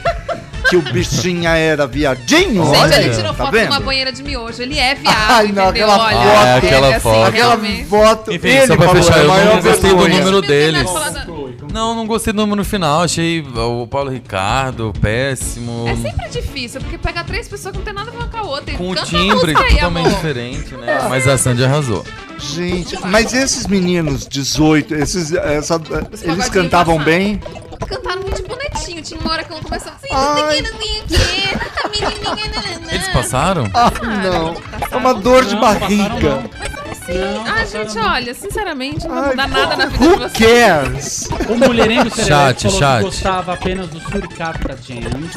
Speaker 1: que o bichinha era viadinho.
Speaker 2: Gente,
Speaker 1: olha,
Speaker 2: ele tirou
Speaker 1: tá
Speaker 2: foto
Speaker 1: vendo?
Speaker 2: de uma banheira de miojo. Ele é viado,
Speaker 1: Ai,
Speaker 2: entendeu?
Speaker 1: não, aquela
Speaker 2: Olha,
Speaker 1: foto.
Speaker 4: É, aquela
Speaker 2: ele
Speaker 4: foto.
Speaker 2: assim,
Speaker 1: Aquela
Speaker 2: realmente.
Speaker 1: foto.
Speaker 4: Enfim,
Speaker 1: ele
Speaker 4: só pra
Speaker 1: falou,
Speaker 4: fechar,
Speaker 1: é a
Speaker 4: eu não
Speaker 1: maior
Speaker 4: gostei do
Speaker 1: vergonha.
Speaker 4: número
Speaker 2: Menina,
Speaker 4: deles.
Speaker 2: falando-
Speaker 4: Não, não gostei do número final. Achei o Paulo Ricardo péssimo.
Speaker 2: É sempre difícil, porque pega três pessoas que não tem nada a ver uma com a outra. e
Speaker 4: Com o
Speaker 2: canta
Speaker 4: timbre
Speaker 2: a música aí,
Speaker 4: totalmente
Speaker 2: amor. É.
Speaker 4: diferente, né? Mas a Sandy arrasou.
Speaker 1: Gente, mas esses meninos, 18, esses, essa- eles
Speaker 2: pagodinhos
Speaker 1: cantavam
Speaker 2: passaram.
Speaker 1: bem?
Speaker 2: Cantaram muito bonitinho. Tinha uma hora que eu começava assim,
Speaker 1: Ai.
Speaker 2: não sei o que, não sei o que, menininha, nananã.
Speaker 4: Eles passaram?
Speaker 1: Ah,
Speaker 2: Tá
Speaker 1: não. É uma dor de
Speaker 3: Não, passaram
Speaker 1: barriga.
Speaker 2: Mas como assim?
Speaker 3: Não,
Speaker 2: ah,
Speaker 3: passaram
Speaker 2: gente,
Speaker 3: não.
Speaker 2: olha, sinceramente, não vai
Speaker 1: Ai,
Speaker 2: mudar nada na vida de
Speaker 1: Who
Speaker 2: vocês.
Speaker 1: cares?
Speaker 3: O mulherengo Serelepe
Speaker 4: Chat,
Speaker 3: falou
Speaker 4: chat.
Speaker 3: que gostava apenas do Suricato da James.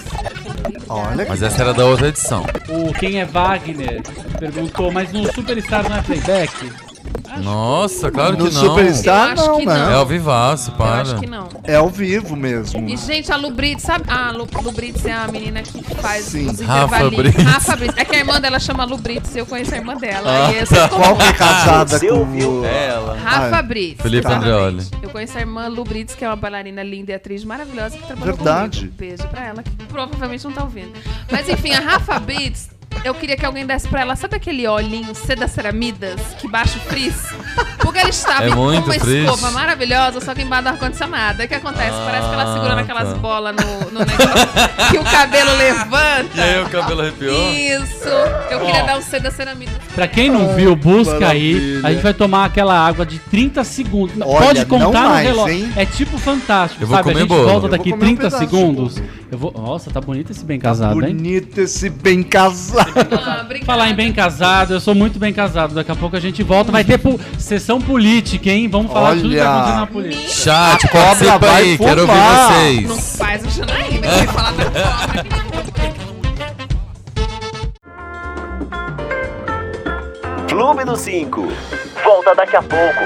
Speaker 1: Olha,
Speaker 4: Mas essa era da outra edição.
Speaker 3: O Quem é Wagner perguntou, mas no Superstar não é playback?
Speaker 4: Nossa, claro
Speaker 1: no
Speaker 4: que não.
Speaker 1: Superstar
Speaker 2: Eu acho
Speaker 1: não,
Speaker 2: que
Speaker 4: É
Speaker 1: né?
Speaker 4: ao vivaço,
Speaker 2: Eu
Speaker 4: para.
Speaker 2: acho que não.
Speaker 1: É ao vivo mesmo. né?
Speaker 2: E, gente, a Lubritz, sabe? Ah, a Lu, Lubritz é a menina que faz
Speaker 1: Sim.
Speaker 2: os
Speaker 4: Rafa
Speaker 2: intervalinhos.
Speaker 4: Brits.
Speaker 2: Rafa Brits. É que a irmã dela chama Lubritz e eu conheço a irmã dela.
Speaker 4: Ah,
Speaker 2: e assim eu sempre
Speaker 1: Qual
Speaker 2: confundo.
Speaker 1: que é
Speaker 2: <laughs>
Speaker 1: casada
Speaker 5: Você
Speaker 1: com
Speaker 5: ouviu?
Speaker 1: o...
Speaker 4: Ela.
Speaker 2: Rafa
Speaker 1: Ah,
Speaker 2: Brits.
Speaker 4: Felipe
Speaker 2: exatamente.
Speaker 4: Andreoli.
Speaker 2: Eu conheço a irmã Lubritz, que é uma bailarina linda e atriz maravilhosa que trabalhou
Speaker 1: Verdade.
Speaker 2: comigo. Um Beijo pra ela, que provavelmente não tá ouvindo. Mas enfim, a Rafa Brits, eu queria que alguém desse pra ela, sabe aquele olhinho C das ceramidas que baixa o frizz? Porque ela estava
Speaker 4: É
Speaker 2: com
Speaker 4: muito
Speaker 2: uma
Speaker 4: frizz.
Speaker 2: escova maravilhosa, só que embaixo do ar-condicionado. Aí o que acontece? Parece que ela
Speaker 4: Ah,
Speaker 2: segurando aquelas
Speaker 4: tá.
Speaker 2: bolas no, no negócio que o cabelo levanta.
Speaker 4: <laughs> E aí o cabelo arrepiou?
Speaker 2: Isso! Eu queria dar um o C das
Speaker 3: <laughs>
Speaker 2: ceramidas.
Speaker 3: Pra quem não viu, busca aí.
Speaker 1: maravilha.
Speaker 3: A gente vai tomar aquela água de 30 segundos. Não,
Speaker 1: Olha,
Speaker 3: Pode contar
Speaker 1: não
Speaker 3: no
Speaker 1: mais,
Speaker 3: relógio.
Speaker 1: hein?
Speaker 3: É tipo fantástico,
Speaker 4: Eu vou
Speaker 3: sabe? a
Speaker 4: comer
Speaker 3: gente
Speaker 4: bolo. Eu
Speaker 3: volta
Speaker 4: vou
Speaker 3: daqui
Speaker 1: comer um
Speaker 3: 30
Speaker 1: pedaço de
Speaker 3: segundos.
Speaker 1: bolo.
Speaker 3: Eu vou... Nossa, tá bonito esse bem casado, hein?
Speaker 1: Bonito esse bem casado.
Speaker 2: Ah, obrigada.
Speaker 3: Falar em bem casado, eu sou muito bem casado. Daqui a pouco a gente volta. Vai ter po- sessão política, hein? Vamos falar tudo que
Speaker 1: Olha.
Speaker 3: tá acontecendo na política.
Speaker 4: Chat,
Speaker 1: Cobra
Speaker 4: participa
Speaker 1: vai
Speaker 4: aí, quero ouvir
Speaker 1: fumar.
Speaker 2: Não
Speaker 4: vocês.
Speaker 2: faz o Janaína,
Speaker 1: É.
Speaker 2: que vai falar da cobra.
Speaker 5: Clube dos 5. Volta daqui a pouco.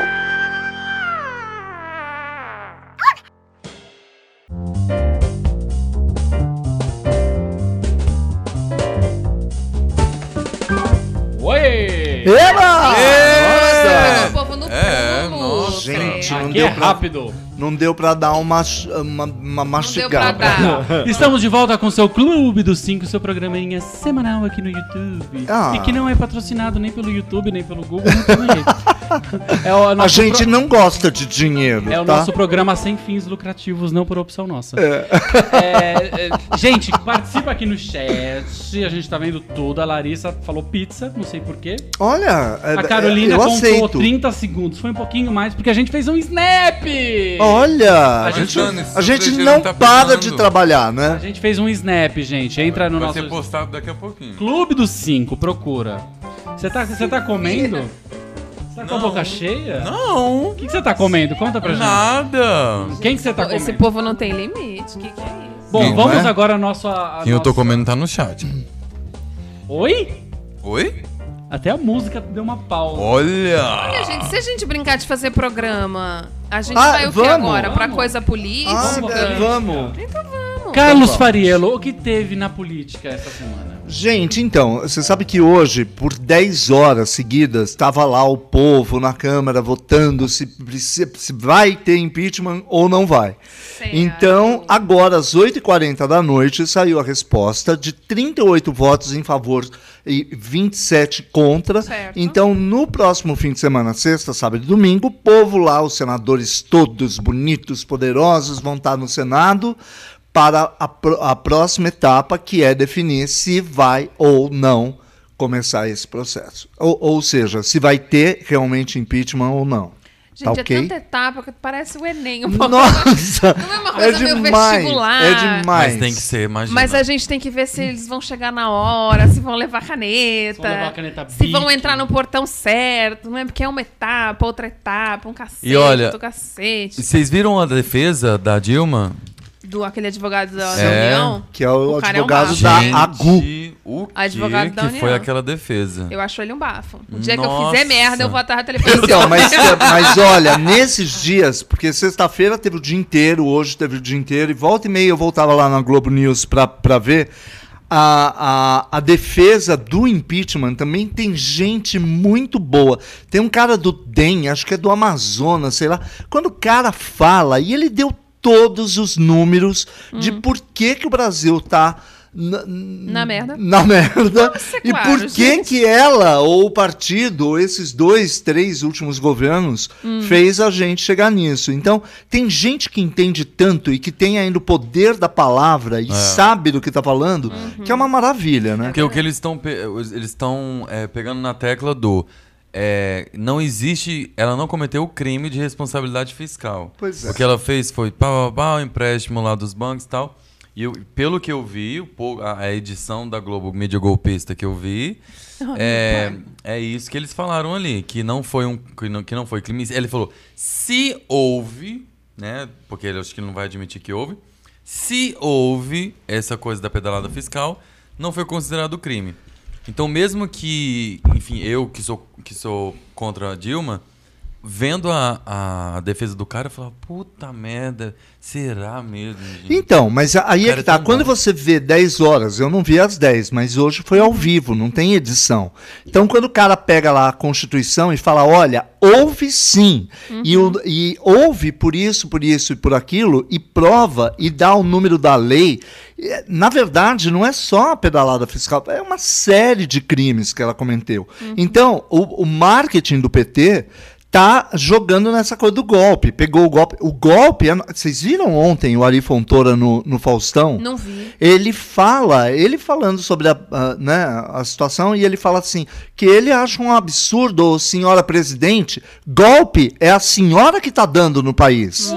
Speaker 3: Oi!
Speaker 1: <laughs> Eba!
Speaker 2: Pega o
Speaker 1: Nossa!
Speaker 2: povo no
Speaker 4: É,
Speaker 2: pulo.
Speaker 4: nossa.
Speaker 1: Gente, não
Speaker 3: Aqui é
Speaker 1: deu, pra,
Speaker 3: rápido.
Speaker 1: não deu pra dar uma, uma, uma
Speaker 2: Não deu pra
Speaker 1: mastigada.
Speaker 2: dar. Tá
Speaker 3: <laughs> Estamos de volta com seu Clube dos 5, seu programinha semanal aqui no YouTube.
Speaker 1: Ah.
Speaker 3: E que não é patrocinado nem pelo YouTube, nem pelo Google, nem pelo jeito.
Speaker 1: <laughs>
Speaker 3: É o nosso
Speaker 1: A gente
Speaker 3: pro-
Speaker 1: não gosta de dinheiro,
Speaker 3: É o
Speaker 1: tá?
Speaker 3: nosso programa sem fins lucrativos, não por opção nossa. É, é, gente, participa aqui no chat. A gente tá vendo tudo. A Larissa falou pizza, não sei porquê.
Speaker 1: Olha, é-
Speaker 3: A
Speaker 1: é-
Speaker 3: Carolina
Speaker 1: eu
Speaker 3: contou
Speaker 1: aceito.
Speaker 3: 30 segundos. Foi um pouquinho mais, porque a gente fez um snap!
Speaker 1: Olha, a
Speaker 3: Mas,
Speaker 1: gente,
Speaker 4: Danis,
Speaker 1: a gente
Speaker 4: o Teixeira
Speaker 1: não
Speaker 4: tá
Speaker 1: para
Speaker 4: pensando.
Speaker 1: de trabalhar,
Speaker 3: A
Speaker 1: né?
Speaker 3: gente fez um snap, gente. Entra no
Speaker 4: Vai
Speaker 3: nosso
Speaker 4: ser postado daqui a pouquinho.
Speaker 3: Clube dos 5, procura. Você tá, você tá comendo? Você tá com a
Speaker 4: Não.
Speaker 3: boca cheia?
Speaker 4: Não!
Speaker 3: O que que você tá comendo? Conta pra gente.
Speaker 4: Nada!
Speaker 3: Quem que você tá
Speaker 2: Esse
Speaker 3: comendo?
Speaker 2: povo não tem limite. O que, que é isso?
Speaker 3: Bom,
Speaker 4: Não,
Speaker 3: vamos
Speaker 4: né?
Speaker 3: agora ao nosso. a- a
Speaker 4: Quem eu tô
Speaker 3: nossa-
Speaker 4: comendo tá no chat.
Speaker 3: Oi?
Speaker 4: Oi?
Speaker 3: Até a música deu uma pausa.
Speaker 2: Olha,
Speaker 4: Olha!
Speaker 2: gente, se a gente brincar de fazer programa, a gente
Speaker 1: Ah,
Speaker 2: vai o
Speaker 1: vamos.
Speaker 2: que agora? Pra
Speaker 3: Vamos.
Speaker 2: coisa política? Então
Speaker 1: Ah,
Speaker 3: Vamos,
Speaker 1: é, vamos.
Speaker 4: Então
Speaker 3: Carlos Fariello, o que teve na política essa semana?
Speaker 1: Gente, então, você sabe que hoje, por 10 horas seguidas, estava lá o povo na Câmara votando se, se- se vai ter impeachment ou não vai.
Speaker 2: Certo.
Speaker 1: Então, agora, às 8h40 da noite, saiu a resposta de 38 votos em favor e 27 contra.
Speaker 2: Certo.
Speaker 1: Então, no próximo fim de semana, sexta, sábado e domingo, o povo lá, os senadores todos bonitos, poderosos, vão estar no Senado para a, pro- a próxima etapa, que é definir se vai ou não começar esse processo. Ou, ou seja, se vai ter realmente impeachment ou não.
Speaker 2: Gente,
Speaker 1: tá
Speaker 2: é
Speaker 1: ok?
Speaker 2: tanta etapa que parece o <laughs> Enem. Um pouco.
Speaker 1: Nossa!
Speaker 2: Não é uma coisa meio vestibular.
Speaker 1: É demais.
Speaker 4: Mas tem que ser, imagina.
Speaker 2: Mas a gente tem que ver se eles vão chegar na hora, se vão levar caneta,
Speaker 3: Se vão levar a caneta
Speaker 2: se vão
Speaker 3: Bic.
Speaker 2: entrar
Speaker 3: <laughs>
Speaker 2: no portão certo, não é? Porque é uma etapa, outra etapa, um cacete,
Speaker 4: E olha-
Speaker 2: outro cacete.
Speaker 4: Vocês viram a defesa da Dilma?
Speaker 2: Do aquele advogado da
Speaker 4: É.
Speaker 2: União,
Speaker 1: Que é o,
Speaker 2: O cara é um
Speaker 1: advogado
Speaker 2: macho.
Speaker 1: da
Speaker 4: Gente,
Speaker 1: AGU.
Speaker 4: O que,
Speaker 2: Advogado da
Speaker 4: que
Speaker 2: União.
Speaker 4: foi aquela defesa?
Speaker 2: eu acho ele um bafo. O dia que eu
Speaker 4: Nossa.
Speaker 2: fizer merda, eu vou atrás do telefone.
Speaker 1: Então,
Speaker 2: <laughs>
Speaker 1: mas, mas olha, nesses dias, porque sexta-feira teve o dia inteiro, hoje teve o dia inteiro, e volta e meia eu voltava lá na Globo News pra, pra ver. A, a, a defesa do impeachment também tem gente muito boa. Tem um cara do DEM, acho que é do Amazonas, sei lá. Quando o cara fala, e ele deu todos os números de por que, que o Brasil tá. Na,
Speaker 2: Na merda.
Speaker 1: Na merda.
Speaker 2: Vamos ser
Speaker 1: E por
Speaker 2: claros,
Speaker 1: que
Speaker 2: gente.
Speaker 1: que ela ou o partido, ou esses dois, três últimos governos,
Speaker 2: Hum.
Speaker 1: fez a gente chegar nisso. Então, tem gente que entende tanto e que tem ainda o poder da palavra e sabe do que tá falando,
Speaker 2: Uhum.
Speaker 1: que é uma maravilha, né?
Speaker 4: É. Porque o que eles estão pe- eles estão é, pegando na tecla do é, não existe, ela não cometeu o crime de responsabilidade fiscal.
Speaker 1: Pois é.
Speaker 4: O que ela fez foi pau, pau, pau, empréstimo lá dos bancos e tal. E eu- pelo que eu vi, o po- a, a edição da Globo Mídia Golpista que eu vi, é, é isso que eles falaram ali, que não foi um que não, que não foi crime. Ele falou: "Se houve, né? Porque ele acho que não vai admitir que houve. Se houve essa coisa da pedalada fiscal, não foi considerado crime. Então, mesmo que, enfim, eu que sou, que sou contra a Dilma, vendo a, a defesa do cara, eu falava, puta merda, será mesmo? gente?"
Speaker 1: Então, mas a- aí é
Speaker 4: Cara,
Speaker 1: que
Speaker 4: é tão
Speaker 1: tá. Quando
Speaker 4: bom.
Speaker 1: você vê 10 horas, eu não vi às 10, mas hoje foi ao vivo, não tem edição. Então, quando o cara pega lá a Constituição e fala, olha, houve sim, e, o, e houve por isso, por isso e por aquilo, e prova e dá o número da lei, é, na verdade, não é só a pedalada fiscal, é uma série de crimes que ela cometeu. Então, o, o marketing do PT tá jogando nessa coisa do golpe. Pegou o golpe. O golpe, é- vocês viram ontem o Ari Fontoura no, no Faustão?
Speaker 2: Não vi.
Speaker 1: Ele fala, ele falando sobre a, a, né, a situação, e ele fala assim: que ele acha um absurdo, ô, senhora presidente, golpe é a senhora que tá dando no país.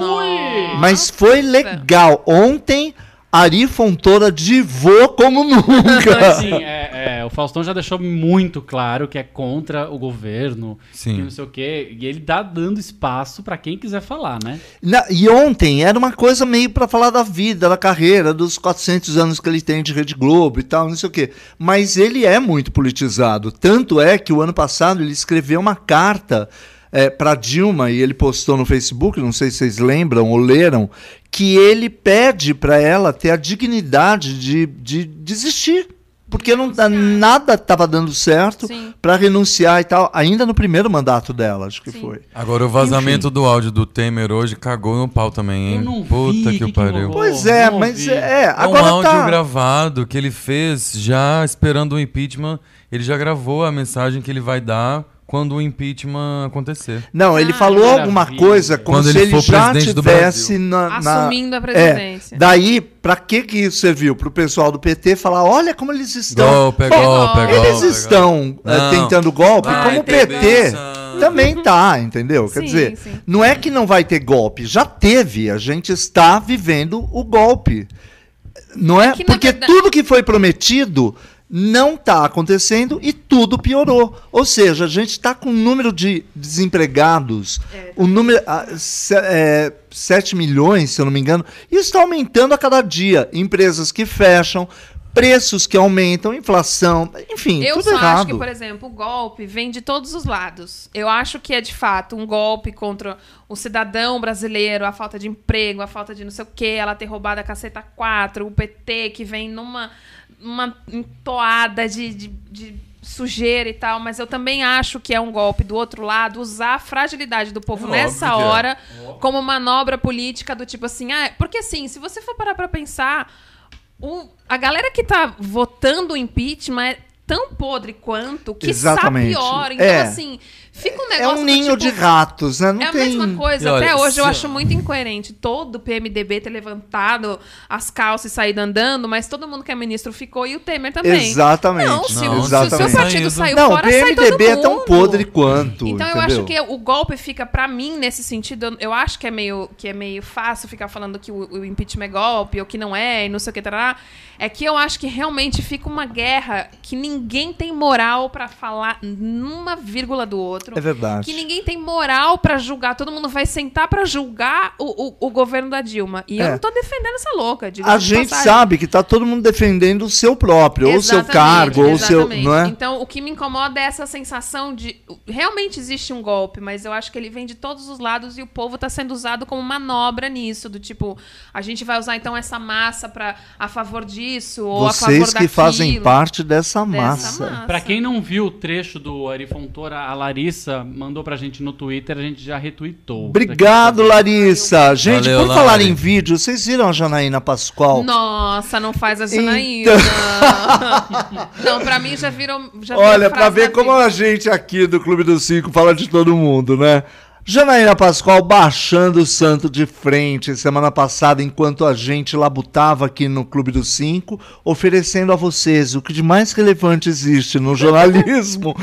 Speaker 1: Mas foi legal. Ontem, Ari Fontoura divou como nunca. <laughs>
Speaker 3: <laughs> Assim, é, é, o Faustão já deixou muito claro que é contra o governo,
Speaker 4: Sim.
Speaker 3: que não sei o quê, e ele tá dando espaço pra quem quiser falar, né?
Speaker 1: Na- e ontem era uma coisa meio pra falar da vida, da carreira, dos 400 anos que ele tem de Rede Globo e tal, não sei o quê. Mas ele é muito politizado. Tanto é que o ano passado ele escreveu uma carta eh, pra Dilma e ele postou no Facebook, não sei se vocês lembram ou leram, que ele pede pra ela ter a dignidade de, de desistir. Porque não, dá- nada estava dando certo
Speaker 2: Sim.
Speaker 1: pra renunciar e tal, ainda no primeiro mandato dela, acho que
Speaker 2: Sim.
Speaker 1: foi.
Speaker 4: Agora, o vazamento do áudio do Temer hoje cagou no pau também, hein?
Speaker 3: Eu não
Speaker 4: puta
Speaker 3: vi,
Speaker 4: que,
Speaker 3: que que
Speaker 4: o pariu.
Speaker 3: rolou?
Speaker 1: Pois é,
Speaker 3: não
Speaker 1: mas
Speaker 3: ouvi.
Speaker 1: é,
Speaker 4: É um
Speaker 1: agora
Speaker 4: áudio
Speaker 1: tá.
Speaker 4: gravado que ele fez já esperando o impeachment. Ele já gravou a mensagem que ele vai dar quando o impeachment acontecer.
Speaker 1: Não, ele
Speaker 2: Ah,
Speaker 1: falou
Speaker 3: maravilha.
Speaker 1: alguma coisa como
Speaker 4: Quando
Speaker 1: se
Speaker 4: ele
Speaker 1: ele,
Speaker 4: for
Speaker 1: já
Speaker 4: presidente do
Speaker 1: tivesse na, na-
Speaker 2: Assumindo a
Speaker 1: É,
Speaker 2: presidência.
Speaker 1: daí, pra que que isso serviu? Pro pessoal do PT falar, olha como eles estão.
Speaker 4: Golpe, é
Speaker 1: Bom,
Speaker 4: golpe,
Speaker 2: eles
Speaker 4: golpe.
Speaker 1: Eles estão eh,
Speaker 4: Não.
Speaker 1: tentando golpe,
Speaker 4: Vai
Speaker 1: como o
Speaker 4: ter
Speaker 1: PT
Speaker 4: benção.
Speaker 1: também tá, entendeu? Quer
Speaker 2: Sim,
Speaker 1: dizer,
Speaker 2: sim.
Speaker 1: não é que não vai ter golpe, já teve, a gente está vivendo o golpe. Não é?
Speaker 2: Que, na
Speaker 1: Porque
Speaker 2: verdade-
Speaker 1: tudo que foi prometido não está acontecendo e tudo piorou. Ou seja, a gente está com um número de desempregados,
Speaker 2: É.
Speaker 1: o número ah, se- é, 7 milhões, se eu não me engano, e está aumentando a cada dia. Empresas que fecham, preços que aumentam, inflação, enfim,
Speaker 2: Eu
Speaker 1: tudo
Speaker 2: só
Speaker 1: errado. É
Speaker 2: acho que, por exemplo, o golpe vem de todos os lados. Eu acho que é de fato um golpe contra o cidadão brasileiro, a falta de emprego, a falta de não sei o quê, ela ter roubado a caceta 4, o PT que vem numa uma entoada de, de- de sujeira e tal, mas eu também acho que é um golpe do outro lado usar a fragilidade do povo
Speaker 4: É,
Speaker 2: nessa
Speaker 4: óbvio que é.
Speaker 2: hora como manobra política do tipo assim, ah, porque assim, se você for parar pra pensar, o- a galera que tá votando o impeachment é tão podre quanto que
Speaker 1: Exatamente.
Speaker 2: sabe pior. Então,
Speaker 1: É.
Speaker 2: assim, fica um
Speaker 1: É
Speaker 2: negócio.
Speaker 1: um
Speaker 2: do
Speaker 1: ninho
Speaker 2: tipo,
Speaker 1: de ratos, né? Não
Speaker 2: é a
Speaker 1: tem...
Speaker 2: mesma coisa.
Speaker 4: E olha,
Speaker 2: Até hoje eu
Speaker 4: se-
Speaker 2: acho muito incoerente todo o PMDB ter levantado as calças e saído andando, mas todo mundo que é ministro ficou e o Temer também.
Speaker 1: Exatamente.
Speaker 2: Não, se, o- se o
Speaker 1: exatamente.
Speaker 2: seu partido
Speaker 4: Não,
Speaker 2: saiu
Speaker 1: Não, o
Speaker 2: fora, sai todo mundo.
Speaker 1: PMDB é tão podre quanto.
Speaker 2: Então eu
Speaker 1: entendeu?
Speaker 2: acho que o golpe fica pra mim nesse sentido, eu- eu acho que é meio que é meio fácil ficar falando que o, o impeachment é golpe ou que não é, e não sei o que tarará. É que eu acho que realmente fica uma guerra que ninguém tem moral pra falar numa vírgula do outro.
Speaker 1: É verdade.
Speaker 2: Que ninguém tem moral pra julgar, todo mundo vai sentar pra julgar o, o- o governo da Dilma. E eu
Speaker 1: É.
Speaker 2: não tô defendendo essa louca. diga-se
Speaker 1: A
Speaker 2: de
Speaker 1: gente
Speaker 2: passagem.
Speaker 1: sabe que tá todo mundo defendendo o seu próprio, ou o seu
Speaker 2: Exatamente,
Speaker 1: cargo, ou o seu.
Speaker 2: exatamente.
Speaker 1: Não é?
Speaker 2: Então, o que me incomoda é essa sensação de. Realmente existe um golpe, mas eu acho que ele vem de todos os lados e o povo está sendo usado como manobra nisso. Do tipo, a gente vai usar então essa massa pra, a favor disso, ou a favor
Speaker 1: Vocês que
Speaker 2: daquilo,
Speaker 1: fazem parte dessa
Speaker 2: dessa
Speaker 1: massa.
Speaker 3: Pra quem não viu o trecho do Ari Fontoura, a Larissa mandou pra gente no Twitter, a gente já retweetou.
Speaker 1: Obrigado,
Speaker 3: Daqui pra frente.
Speaker 1: Larissa. Gente,
Speaker 4: Valeu,
Speaker 1: por falar
Speaker 4: Lari.
Speaker 1: em vídeo, vocês viram a Janaína Pascoal?
Speaker 2: Nossa, não faz a Janaína. <laughs> não, pra mim já virou. Já virou
Speaker 1: Então. Olha,
Speaker 2: frase
Speaker 1: pra
Speaker 2: assim,
Speaker 1: ver
Speaker 2: da
Speaker 1: como
Speaker 2: vida.
Speaker 1: a gente aqui do Clube dos Cinco fala de todo mundo, né? Janaína Pascoal baixando o santo de frente semana passada, enquanto a gente labutava aqui no Clube dos Cinco, oferecendo a vocês o que de mais relevante existe no
Speaker 2: <laughs>
Speaker 1: jornalismo. <laughs>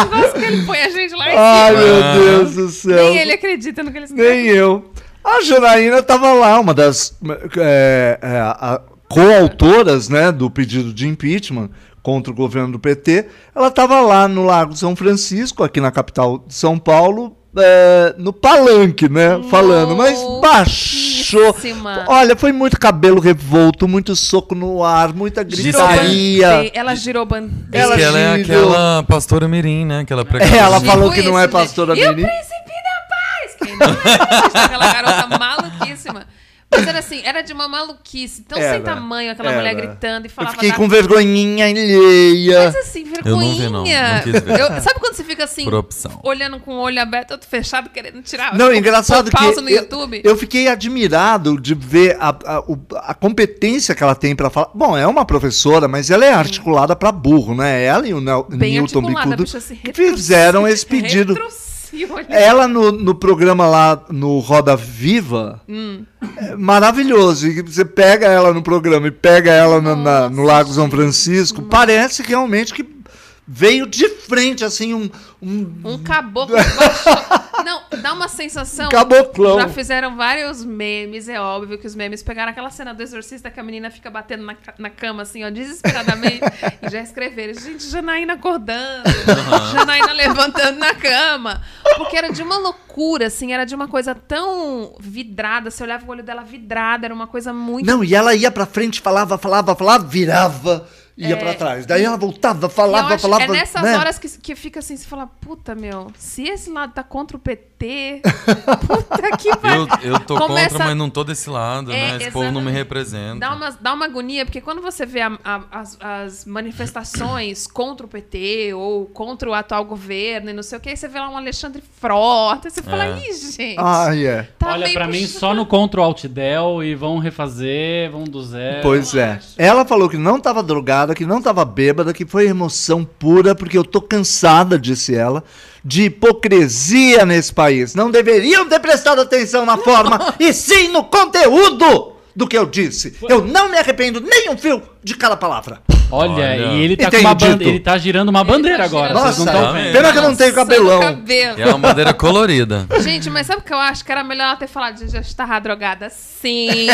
Speaker 2: Eu gosto que ele põe a gente lá em
Speaker 1: Ai,
Speaker 2: cima.
Speaker 1: meu Deus do céu.
Speaker 2: Nem ele acredita no que ele
Speaker 1: Nem eu. A Janaína estava lá, uma das é, é, a- coautoras né, do pedido de impeachment contra o governo do PT. Ela estava lá no Largo São Francisco, aqui na capital de São Paulo, é, no palanque, né? Falando, mas baixou.
Speaker 2: Louquíssima.
Speaker 1: Olha, foi muito cabelo revolto, muito soco no ar, muita
Speaker 4: Girou
Speaker 1: gritaria.
Speaker 2: Ela girou bandeira.
Speaker 4: Diz
Speaker 1: Ela
Speaker 4: que ela é
Speaker 1: girou.
Speaker 4: aquela pastora mirim, né? Aquela pregadora.
Speaker 1: Ela
Speaker 2: Tipo
Speaker 1: falou que não
Speaker 2: isso,
Speaker 1: é
Speaker 2: gente.
Speaker 1: pastora
Speaker 2: E o
Speaker 1: Mirim.
Speaker 2: príncipe da paz! Quem não é aquela garota maluquíssima. Mas era assim, era de uma maluquice tão
Speaker 1: Era,
Speaker 2: sem tamanho aquela
Speaker 1: era.
Speaker 2: mulher gritando e
Speaker 1: Eu
Speaker 2: falava...
Speaker 1: fiquei
Speaker 2: da-
Speaker 1: com vergonhinha alheia.
Speaker 2: Mas assim,
Speaker 4: Eu não vi, não. Não
Speaker 2: vergonhinha.
Speaker 4: quis ver.
Speaker 2: Eu- sabe quando você fica assim,
Speaker 4: Por opção.
Speaker 2: olhando com o olho aberto, outro fechado, querendo tirar... <laughs>
Speaker 1: Não,
Speaker 2: pôr-
Speaker 1: engraçado
Speaker 2: pôr
Speaker 1: que
Speaker 2: pausa no
Speaker 1: eu-
Speaker 2: YouTube?
Speaker 1: Eu, fiquei admirado de ver a, a, o- a competência que ela tem pra falar. Bom, é uma professora, mas ela é articulada pra burro, né? Ela e o Nel-
Speaker 2: Bem
Speaker 1: Newton
Speaker 2: articulada, assim,
Speaker 1: Bicudo
Speaker 2: puxa, se
Speaker 1: que fizeram esse pedido. É,
Speaker 2: Retrocil, olha.
Speaker 1: Ela no, no programa lá no Roda Viva,
Speaker 2: Hum.
Speaker 1: é maravilhoso. E você pega ela no programa e pega ela na- na- no Lago São Francisco, parece realmente que veio de frente, assim, um, um
Speaker 2: Um caboclo baixou. Não, dá uma sensação.
Speaker 1: Caboclão.
Speaker 2: Já fizeram vários memes, é óbvio que os memes pegaram aquela cena do exorcista que a menina fica batendo na, ca- na cama, assim, ó, desesperadamente. e já escreveram, gente, Janaína acordando, Janaína levantando na cama. Porque era de uma loucura, assim, era de uma coisa tão vidrada. Você olhava o olho dela vidrada, era uma coisa muito.
Speaker 1: Não, e ela ia pra frente, falava, falava, falava, virava, ia pra trás. Daí ela voltava,
Speaker 2: E É. eu
Speaker 1: falava,
Speaker 2: acho-
Speaker 1: falava.
Speaker 2: é nessas
Speaker 1: né?
Speaker 2: horas que, que fica assim, você fala, puta, meu, se esse lado tá contra o PT, <laughs> puta que pariu.
Speaker 4: Eu, eu tô
Speaker 2: Começa-
Speaker 4: contra, mas não tô desse lado,
Speaker 2: É,
Speaker 4: né? Esse povo não me
Speaker 2: exatamente.
Speaker 4: representa.
Speaker 2: Dá uma, dá uma agonia, porque quando você vê a- a- as, as manifestações <coughs> contra o PT ou contra o atual governo e não sei o que, aí você vê lá um Alexandre Frota, você fala,
Speaker 4: É.
Speaker 2: ih, gente.
Speaker 1: Ai, é.
Speaker 2: tá
Speaker 3: Olha,
Speaker 2: meio
Speaker 3: pra mim
Speaker 2: puxado."
Speaker 3: só no Ctrl Alt Del e vão refazer, vão do zero.
Speaker 1: Pois é. Ela falou que não tava drogada, namorada que não estava bêbada, que foi emoção pura, porque eu tô cansada, disse ela, de hipocrisia nesse país. Não deveriam ter prestado atenção na
Speaker 2: <laughs>
Speaker 1: forma, e sim no conteúdo do que eu disse. Eu não me arrependo nem um fio de cada palavra.
Speaker 3: Olha,
Speaker 4: Olha.
Speaker 3: e ele tá, com
Speaker 1: Entendido.
Speaker 3: uma banda, ele tá girando uma bandeira
Speaker 2: tá
Speaker 3: agora.
Speaker 2: girando.
Speaker 3: vocês
Speaker 1: Nossa,
Speaker 3: não
Speaker 4: tá
Speaker 3: tão vendo.
Speaker 1: pena que eu não tenho cabelão.
Speaker 2: cabelo.
Speaker 4: E é uma bandeira colorida.
Speaker 2: Gente, mas sabe o que eu acho? Que era melhor ela ter falado, gente, eu estava drogada sim,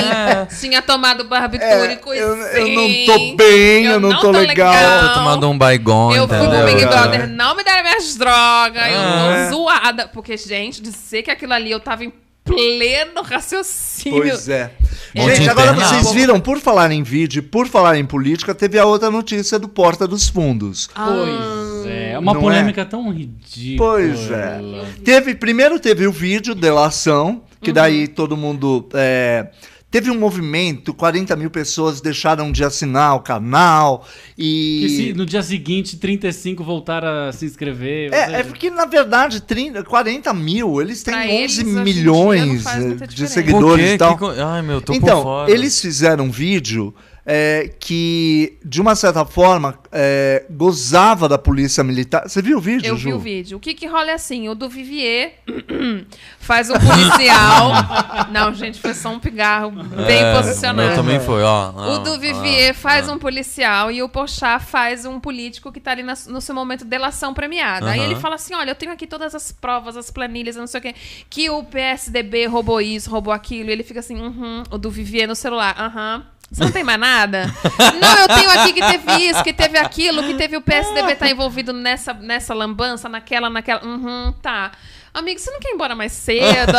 Speaker 2: tinha tomado barbitúrico
Speaker 1: É, eu-
Speaker 2: sim.
Speaker 1: eu não tô bem, eu não tô legal."
Speaker 4: Ela tá tomando um baigon,
Speaker 2: Eu fui
Speaker 4: entendeu?
Speaker 2: pro Big
Speaker 1: cara? É.
Speaker 2: Brother, não me deram minhas drogas,
Speaker 4: Ah.
Speaker 2: eu tô zoada. Porque, gente, dizer que aquilo ali eu tava em pleno raciocínio.
Speaker 1: Pois é.
Speaker 4: Monte
Speaker 1: Gente, agora
Speaker 4: internado.
Speaker 1: vocês viram, por falar em vídeo, por falar em política, teve a outra notícia do Porta dos Fundos.
Speaker 3: Ah. Pois é, uma
Speaker 1: Não é?
Speaker 3: polêmica tão ridícula.
Speaker 1: Pois é. Teve, primeiro teve o vídeo, delação, que daí
Speaker 2: Uhum.
Speaker 1: todo mundo. é, teve um movimento, 40 mil pessoas deixaram de assinar o canal
Speaker 3: Que se
Speaker 1: e.
Speaker 3: no dia seguinte, 35 voltaram a se inscrever. ou
Speaker 1: É,
Speaker 3: seja,
Speaker 1: é porque, na verdade, 30, 40 mil, eles têm
Speaker 2: né? Pra
Speaker 1: 11
Speaker 2: eles, hoje em dia, não
Speaker 1: milhões
Speaker 2: faz muita
Speaker 1: eh, de
Speaker 2: diferença.
Speaker 4: Por
Speaker 1: seguidores
Speaker 4: quê?
Speaker 1: e tal.
Speaker 4: Que co- Ai, meu, tô
Speaker 1: então,
Speaker 4: por fora.
Speaker 1: eles fizeram um vídeo é, que, de uma certa forma, é, gozava da polícia militar. Você viu o vídeo,
Speaker 2: Eu
Speaker 1: Ju?
Speaker 2: vi o vídeo. O que que rola é assim, o do Vivier <clears throat> faz um
Speaker 1: <laughs>
Speaker 2: policial... não, gente, foi só um pigarro bem
Speaker 4: É, O meu
Speaker 2: posicionado.
Speaker 4: também foi, ó.
Speaker 2: O do Vivier
Speaker 4: ah,
Speaker 2: faz um policial e o Porchat faz um político que tá ali nas- no seu momento delação premiada. Aí
Speaker 4: Aham.
Speaker 2: ele fala assim, olha, eu tenho aqui todas as provas, as planilhas, eu não sei o quê, que o PSDB roubou isso, roubou aquilo. E ele fica assim, uhum, o do Vivier no celular, aham. Você não tem mais nada? não, eu tenho aqui que teve isso, que teve aquilo, que teve o PSDB tá envolvido nessa, nessa lambança, naquela, naquela. Uhum, tá. Amigo, você não quer ir embora mais cedo?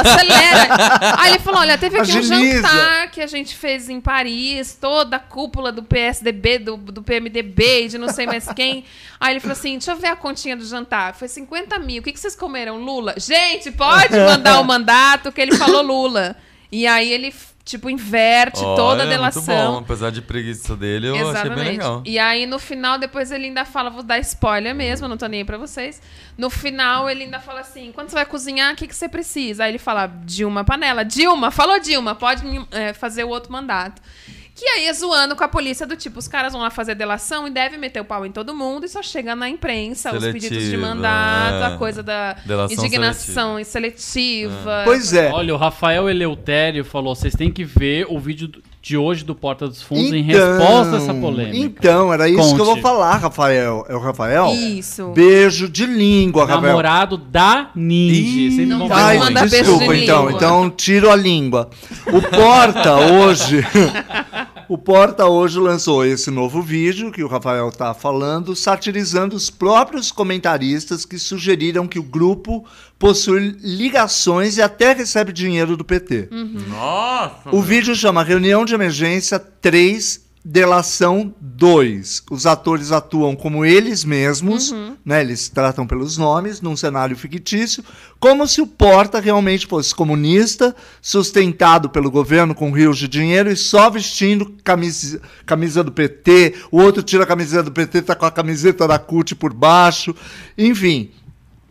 Speaker 2: Acelera. Aí ele falou: olha, teve aqui um
Speaker 1: Agiliza.
Speaker 2: jantar que a gente fez em Paris, toda a cúpula do PSDB, do, do PMDB e de não sei
Speaker 4: <laughs>
Speaker 2: mais quem. Aí ele falou assim: deixa eu ver a continha do jantar. Foi 50 mil. O que, que vocês comeram? Lula? Gente, pode
Speaker 4: <laughs>
Speaker 2: mandar o mandato que ele falou Lula. E aí ele, tipo, inverte toda
Speaker 4: Muito
Speaker 2: a
Speaker 4: bom.
Speaker 2: delação.
Speaker 4: Apesar de preguiça dele, eu achei bem
Speaker 2: Exatamente.
Speaker 4: legal.
Speaker 2: E aí, no final, depois ele ainda fala, vou dar spoiler mesmo, não tô nem aí pra vocês. No final, ele ainda fala assim: quando você vai cozinhar, o que, que você precisa? Aí ele fala, Dilma, panela. Dilma, falou Dilma, pode me, eh, fazer o outro mandato. Que aí é zoando com a polícia do tipo, os caras vão lá fazer delação e devem meter o pau em todo mundo e só chega na imprensa os pedidos de
Speaker 4: Seletiva,
Speaker 2: mandato,
Speaker 4: é.
Speaker 2: a coisa da
Speaker 4: Delação
Speaker 2: indignação e seletiva.
Speaker 1: Pois é.
Speaker 3: Olha, o Rafael Eleutério falou: vocês têm que ver o vídeo do- de hoje do Porta dos Fundos em resposta a essa polêmica.
Speaker 1: Então, era isso que eu vou
Speaker 3: Conte.
Speaker 1: falar, Rafael. É o Rafael?
Speaker 2: Isso.
Speaker 1: Beijo de língua, Rafael.
Speaker 3: Namorado da Ninja. Sempre
Speaker 2: não
Speaker 3: bom
Speaker 2: vai
Speaker 3: ver
Speaker 1: Ai,
Speaker 3: isso.
Speaker 2: mandar beijo
Speaker 1: desculpa,
Speaker 2: de
Speaker 1: então.
Speaker 2: língua.
Speaker 1: Então, tiro a língua. O
Speaker 2: <laughs>
Speaker 1: Porta hoje. o Porta hoje lançou esse novo vídeo que o Rafael tá falando, satirizando os próprios comentaristas que sugeriram que o grupo possui ligações e até recebe dinheiro do PT.
Speaker 4: Nossa!
Speaker 2: Uhum.
Speaker 1: O vídeo chama Reunião de Emergência 3, Delação 2. Os atores atuam como eles mesmos,
Speaker 2: Uhum.
Speaker 1: né? Eles se tratam pelos nomes, num cenário fictício, como se o Porta realmente fosse comunista, sustentado pelo governo com rios de dinheiro e só vestindo camisa, camisa do PT. O outro tira a camisa do PT, tá com a camiseta da CUT por baixo. Enfim.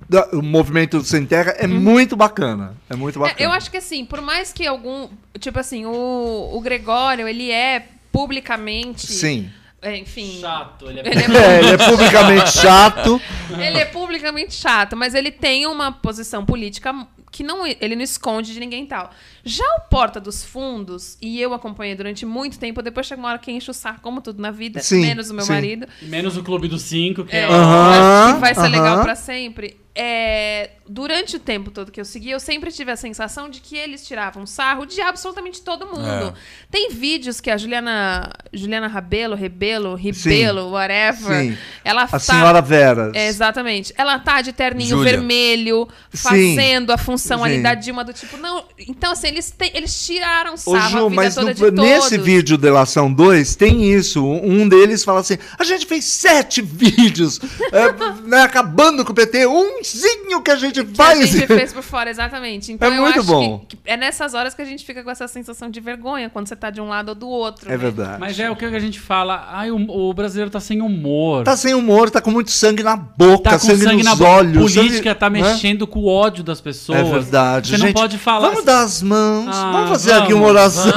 Speaker 1: da- O movimento do Sem Terra é muito bacana. É muito bacana.
Speaker 2: Uhum. É, eu acho que assim, por mais que algum. Tipo assim, o, o Gregório, ele é publicamente.
Speaker 1: Sim.
Speaker 2: é, Enfim.
Speaker 3: Chato, ele é
Speaker 2: Ele é,
Speaker 1: <laughs> É, ele é publicamente
Speaker 2: <laughs>
Speaker 1: chato.
Speaker 2: ele é publicamente chato, mas ele tem uma posição política que não, ele não esconde de ninguém e tal. Já o Porta dos Fundos, e eu acompanhei durante muito tempo, depois chega uma hora que enche o saco, como tudo na vida,
Speaker 1: Sim,
Speaker 2: menos o meu
Speaker 1: sim.
Speaker 2: marido.
Speaker 3: <laughs> Menos o Clube dos Cinco, que é.
Speaker 2: É,
Speaker 1: Aham,
Speaker 2: acho que vai ser legal
Speaker 1: aham.
Speaker 2: pra sempre. É, durante o tempo todo que eu segui, eu sempre tive a sensação de que eles tiravam sarro de absolutamente todo mundo. Tem vídeos que a Juliana, Juliana Rabelo, Rebelo, Ribelo, whatever,
Speaker 1: Sim. Assim,
Speaker 2: ela
Speaker 1: A
Speaker 2: tá-
Speaker 1: senhora Veras.
Speaker 2: É, exatamente. Ela tá de terninho
Speaker 4: Júlia.
Speaker 2: vermelho,
Speaker 1: Sim.
Speaker 2: fazendo a função
Speaker 1: Sim.
Speaker 2: ali da Dilma do tipo, não. Então, assim, eles, te- eles tiraram
Speaker 1: Ô,
Speaker 2: sarro a
Speaker 1: Ju,
Speaker 2: vida
Speaker 1: mas
Speaker 2: toda
Speaker 1: no-
Speaker 2: de todos.
Speaker 1: nesse vídeo Delação 2 tem isso. Um <laughs> deles fala assim: a gente fez sete vídeos é, né, eh, acabando com o PT, um igualzinho que a gente
Speaker 2: que a
Speaker 1: faz.
Speaker 2: gente fez por fora, exatamente. Então
Speaker 1: É
Speaker 2: eu
Speaker 1: muito
Speaker 2: acho
Speaker 1: bom.
Speaker 2: Que, que é nessas horas que a gente fica com essa sensação de vergonha quando você tá de um lado ou do
Speaker 1: <laughs>
Speaker 2: outro.
Speaker 1: É
Speaker 2: né?
Speaker 1: verdade.
Speaker 3: Mas é o que a gente fala. Ai, o, o brasileiro tá sem humor.
Speaker 1: Tá sem humor, tá com muito sangue na boca,
Speaker 3: Tá com
Speaker 1: sangue,
Speaker 3: sangue na
Speaker 1: nos
Speaker 3: bo-
Speaker 1: olhos.
Speaker 3: política,
Speaker 1: sangue-
Speaker 3: tá
Speaker 1: né?
Speaker 3: mexendo com o ódio das pessoas.
Speaker 1: É verdade.
Speaker 3: Você
Speaker 1: gente,
Speaker 3: não pode falar. assim,
Speaker 1: Vamos dar as mãos,
Speaker 3: Ah,
Speaker 1: vamos fazer
Speaker 3: vamos,
Speaker 1: aqui uma oração.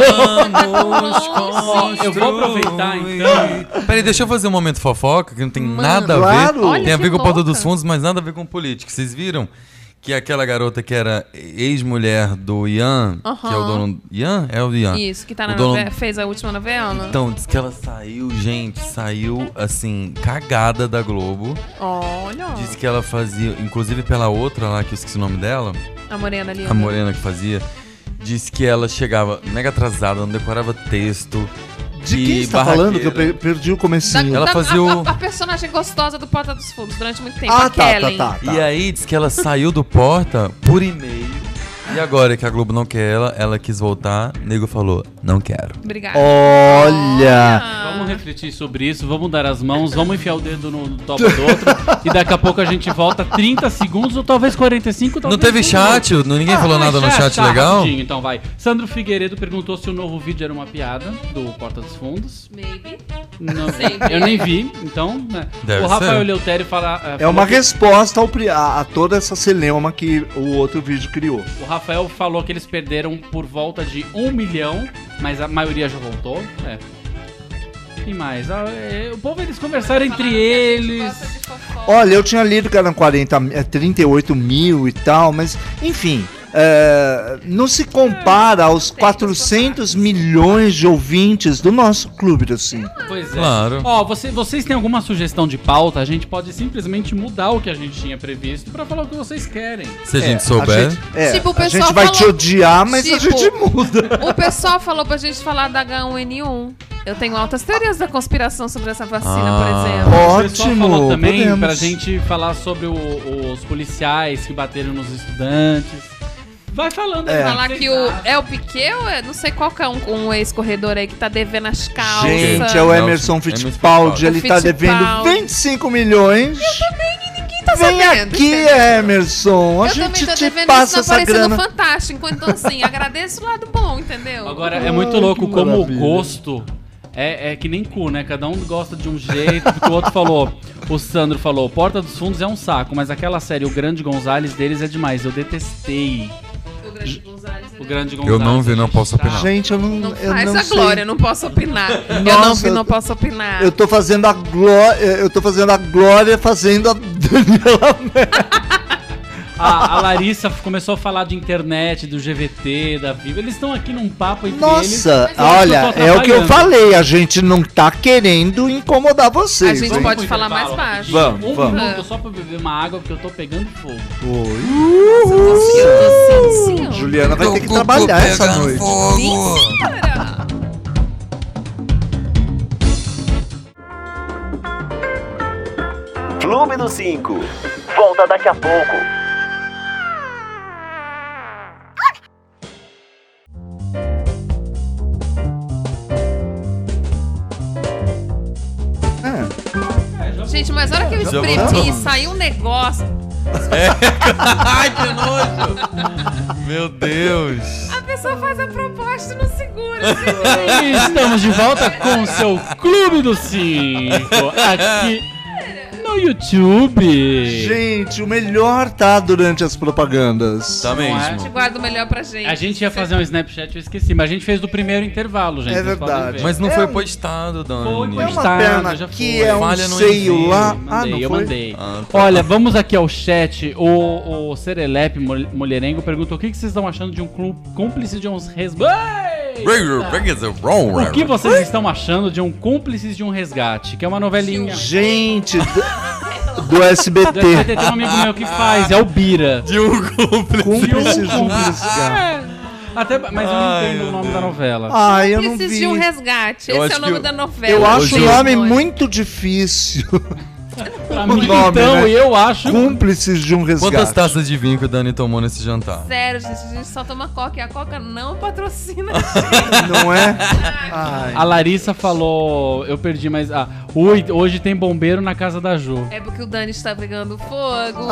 Speaker 4: Vamos
Speaker 2: Vamos,
Speaker 3: Eu vou aproveitar,
Speaker 4: <laughs>
Speaker 3: então.
Speaker 4: Peraí, deixa eu fazer um momento fofoca, que não tem nada a ver.
Speaker 1: claro.
Speaker 2: Olha
Speaker 4: tem a
Speaker 2: que
Speaker 4: ver com o Porta
Speaker 2: louca.
Speaker 4: dos Fundos, mas nada a ver com política. Vocês viram que aquela garota que era ex-mulher do Ian, que é o
Speaker 2: Aham.
Speaker 4: dono. Ian? É o Ian.
Speaker 2: Isso, que tá
Speaker 4: O
Speaker 2: na
Speaker 4: dono-
Speaker 2: novela, fez a última novela.
Speaker 4: Então, diz que ela saiu, gente, saiu assim, cagada da Globo.
Speaker 2: Olha, ó,
Speaker 4: Diz que ela fazia, inclusive pela outra lá, que eu esqueci o nome dela,
Speaker 2: a morena ali. né?
Speaker 4: a morena que fazia, disse que ela chegava mega atrasada, não decorava texto.
Speaker 1: De quem você tá
Speaker 4: barraqueira.
Speaker 1: falando? Que eu pe- perdi o comecinho.
Speaker 4: Ela fazia o-
Speaker 2: a, a personagem gostosa do Porta dos Fundos durante muito tempo.
Speaker 1: Ah,
Speaker 2: a
Speaker 1: tá, tá,
Speaker 2: Kellen.
Speaker 1: tá, tá.
Speaker 4: E aí diz que ela saiu do porta por e-mail. E agora que a Globo não quer ela, ela quis voltar, o nego falou, não quero.
Speaker 2: Obrigada.
Speaker 1: Olha,
Speaker 3: Vamos refletir sobre isso, vamos dar as mãos, vamos enfiar o dedo no, no topo do outro e daqui a pouco a gente volta 30 segundos ou talvez 45, talvez
Speaker 4: Não teve
Speaker 3: um
Speaker 4: chat? Não- Ninguém
Speaker 3: Ah,
Speaker 4: falou nada no
Speaker 3: já
Speaker 4: chat
Speaker 3: tá,
Speaker 4: legal?
Speaker 3: rapidinho, então vai. Sandro Figueiredo perguntou se o novo vídeo era uma piada do Porta dos Fundos.
Speaker 2: Maybe.
Speaker 3: Não,
Speaker 2: Sim.
Speaker 3: eu nem vi, então. né?
Speaker 4: Deve
Speaker 3: o Rafael
Speaker 4: ser.
Speaker 3: Eleutério fala. eh,
Speaker 1: é
Speaker 3: falou
Speaker 1: uma
Speaker 3: que-
Speaker 1: resposta ao pri- a, a toda essa celeuma que o outro vídeo criou.
Speaker 3: O Rafael falou que eles perderam por volta de um milhão, mas a maioria já voltou. É. E mais? Ah, é, o povo eles conversaram entre
Speaker 2: Gosta de
Speaker 3: eles.
Speaker 2: fofoca.
Speaker 1: Olha, eu tinha lido que eram 40, mi- eh, 38 mil e tal, mas enfim. eh, não se compara
Speaker 2: Hum,
Speaker 1: aos 400 milhões de ouvintes do nosso clube assim. do Cinco.
Speaker 3: Pois é.
Speaker 4: Claro.
Speaker 3: Ó, você- vocês têm alguma sugestão de pauta? A gente pode simplesmente mudar o que a gente tinha previsto pra falar o que vocês querem.
Speaker 4: Se a
Speaker 1: É,
Speaker 4: gente souber.
Speaker 1: gente- é,
Speaker 2: Tipo, o
Speaker 1: a gente
Speaker 2: pessoal
Speaker 1: vai
Speaker 2: falou-
Speaker 1: te odiar, mas a
Speaker 2: Tipo-
Speaker 1: gente muda.
Speaker 2: O pessoal falou pra gente falar da H1N1. Eu tenho altas teorias da conspiração sobre essa vacina,
Speaker 4: Ah.
Speaker 2: por exemplo.
Speaker 3: <laughs> O pessoal falou
Speaker 1: Ótimo,
Speaker 3: também
Speaker 1: podemos.
Speaker 3: pra gente falar sobre o- os policiais que bateram nos estudantes. Vai falando aí.
Speaker 2: Falar
Speaker 3: vocês
Speaker 2: que o
Speaker 3: acham.
Speaker 2: é o Piquet ou é não sei qual que é um, um ex-corredor aí que tá devendo as calças.
Speaker 1: Gente, é o Emerson
Speaker 4: Nelson
Speaker 1: Fittipaldi,
Speaker 4: Fittipaldi.
Speaker 1: ele tá
Speaker 2: Fittipaldi.
Speaker 1: devendo 25 milhões.
Speaker 2: Quem tá
Speaker 1: Vem
Speaker 2: sabendo?
Speaker 1: aqui, Emerson, a
Speaker 2: Eu
Speaker 1: gente
Speaker 2: também tô
Speaker 1: te
Speaker 2: devendo isso,
Speaker 1: passa
Speaker 2: tá
Speaker 1: essa
Speaker 2: parecendo
Speaker 1: grana.
Speaker 2: fantástico. Então,
Speaker 1: <laughs>
Speaker 2: assim, agradeço o lado bom, entendeu?
Speaker 3: Agora,
Speaker 1: Ai,
Speaker 3: é muito louco
Speaker 1: que
Speaker 3: como o
Speaker 1: maravilha.
Speaker 3: gosto é, é que nem cu, né? Cada um gosta de um jeito, porque o outro falou. O Sandro falou: Porta dos Fundos é um saco, mas aquela série O Grande Gonzales deles é demais. Eu detestei
Speaker 2: O grande Gonzalez,
Speaker 3: o
Speaker 2: né?
Speaker 3: Grande Gonzales. tá?
Speaker 4: Eu não vi, não posso opinar.
Speaker 1: Gente, eu não,
Speaker 2: Não
Speaker 1: eu
Speaker 2: faz
Speaker 1: não
Speaker 2: a
Speaker 1: sei.
Speaker 2: glória, eu não posso opinar. eu não
Speaker 1: Nossa,
Speaker 2: vi,
Speaker 1: eu
Speaker 2: não é?
Speaker 1: tô-
Speaker 2: posso opinar.
Speaker 1: Eu tô fazendo a glória, eu tô fazendo a glória fazendo a <laughs> Daniela.
Speaker 3: A, a Larissa começou a falar de internet, do GVT, da Viva. Eles estão aqui num papo entre eles.
Speaker 1: Nossa,
Speaker 3: Mas eu
Speaker 1: olha,
Speaker 2: tá
Speaker 3: tô
Speaker 1: é o que eu
Speaker 3: trabalhando.
Speaker 1: falei, a gente não tá querendo incomodar
Speaker 2: a
Speaker 1: vocês.
Speaker 2: gente
Speaker 1: hein?
Speaker 2: pode falar mais baixo.
Speaker 1: Vamos,
Speaker 3: um
Speaker 1: vamos.
Speaker 3: minuto só pra beber uma água, porque eu tô pegando fogo.
Speaker 1: Oi.
Speaker 2: Eu tô assim, assim, ó.
Speaker 1: Juliana vai ter que
Speaker 4: Tô- tô
Speaker 1: trabalhar essa
Speaker 4: pegando
Speaker 1: noite.
Speaker 4: fogo.
Speaker 5: Clube do 5. Volta daqui a pouco.
Speaker 1: É.
Speaker 2: Gente, mas na hora que eu
Speaker 4: Já
Speaker 2: espremi,
Speaker 4: voltamos.
Speaker 2: saiu um negócio.
Speaker 4: Ai, que nojo! Meu Deus!
Speaker 2: A pessoa faz a proposta e não
Speaker 1: <laughs>
Speaker 2: segura. assim,
Speaker 3: E Estamos de volta com o seu Clube do Cinco, aqui no YouTube.
Speaker 1: Gente, o melhor tá durante as propagandas.
Speaker 4: Tá
Speaker 2: A gente
Speaker 4: mesmo.
Speaker 2: guarda o melhor pra gente.
Speaker 3: A gente ia fazer um Snapchat, eu esqueci, mas a gente fez do primeiro intervalo, gente.
Speaker 1: É
Speaker 3: vocês podem
Speaker 1: verdade.
Speaker 3: ver.
Speaker 4: Mas não
Speaker 1: É
Speaker 4: foi
Speaker 1: um-
Speaker 4: postado,
Speaker 3: Foi,
Speaker 4: Dani.
Speaker 1: É uma
Speaker 3: Postado,
Speaker 1: perna
Speaker 3: já
Speaker 1: aqui,
Speaker 3: foi.
Speaker 1: é um
Speaker 4: Falha no
Speaker 1: seio
Speaker 4: envio.
Speaker 1: lá.
Speaker 3: Mandei,
Speaker 1: ah, não
Speaker 3: eu
Speaker 1: foi?
Speaker 3: mandei.
Speaker 4: Ah, tá.
Speaker 3: Olha, vamos aqui ao chat. O, o Serelepe Mul- Mulherengo perguntou o que que vocês estão achando de um clube cúmplice de uns resgates. O que vocês estão achando de um cúmplice de um resgate? Que é uma novelinha.
Speaker 1: Gente, do, do
Speaker 3: Do
Speaker 1: SBT.
Speaker 3: SBT tem um amigo meu que faz, é o Bira.
Speaker 4: De um cúmplice.
Speaker 1: Cúmplice
Speaker 3: um-
Speaker 1: cúmplice. cara.
Speaker 3: Até, mas eu não
Speaker 4: Ai,
Speaker 3: entendo o
Speaker 4: meu
Speaker 3: nome da
Speaker 4: Deus.
Speaker 3: novela.
Speaker 1: Ai, ah, eu não
Speaker 2: Preciso
Speaker 1: vi.
Speaker 2: de um resgate.
Speaker 4: Eu
Speaker 2: Esse
Speaker 4: acho
Speaker 2: é o nome
Speaker 4: que eu-
Speaker 2: da novela.
Speaker 1: Eu acho
Speaker 4: Hoje
Speaker 1: o
Speaker 4: eu-
Speaker 1: <laughs> nome muito difícil.
Speaker 3: Pra
Speaker 1: O
Speaker 3: mim,
Speaker 1: nome,
Speaker 3: então,
Speaker 1: né?
Speaker 3: eu acho.
Speaker 1: Cúmplices de um
Speaker 4: Quantas
Speaker 1: resgate.
Speaker 4: taças de vinho que o Dani tomou nesse jantar?
Speaker 2: Sério, gente, a gente só toma coca e a coca
Speaker 4: <laughs>
Speaker 2: não patrocina.
Speaker 1: Não é? Ai.
Speaker 3: A Larissa falou, eu perdi, mas. Ah, ui, hoje tem bombeiro na casa da Ju.
Speaker 2: é porque o Dani está pegando
Speaker 4: <laughs>
Speaker 2: fogo.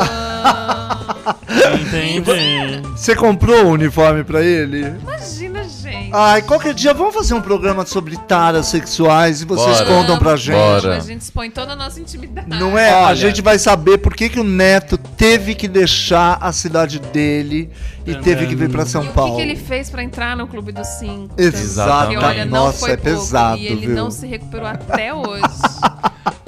Speaker 6: Entendi.
Speaker 1: Você comprou o uniforme pra ele?
Speaker 2: Imagina, gente.
Speaker 1: Ai, qualquer dia vamos fazer um programa sobre taras sexuais e vocês
Speaker 4: Bora.
Speaker 1: contam pra gente.
Speaker 4: Bora.
Speaker 2: A gente expõe toda a nossa intimidade.
Speaker 1: Não é?
Speaker 3: Olha.
Speaker 1: A gente vai saber por que, que o Neto teve que deixar a cidade dele e teve que vir pra
Speaker 2: E
Speaker 1: São
Speaker 2: o que
Speaker 1: Paulo.
Speaker 2: que, ele fez pra entrar no Clube dos Cinco?
Speaker 1: Exatamente.
Speaker 2: Porque, olha, não
Speaker 1: Nossa,
Speaker 2: foi
Speaker 1: é
Speaker 2: pouco,
Speaker 1: pesado,
Speaker 2: E ele
Speaker 1: viu?
Speaker 2: não se recuperou até hoje.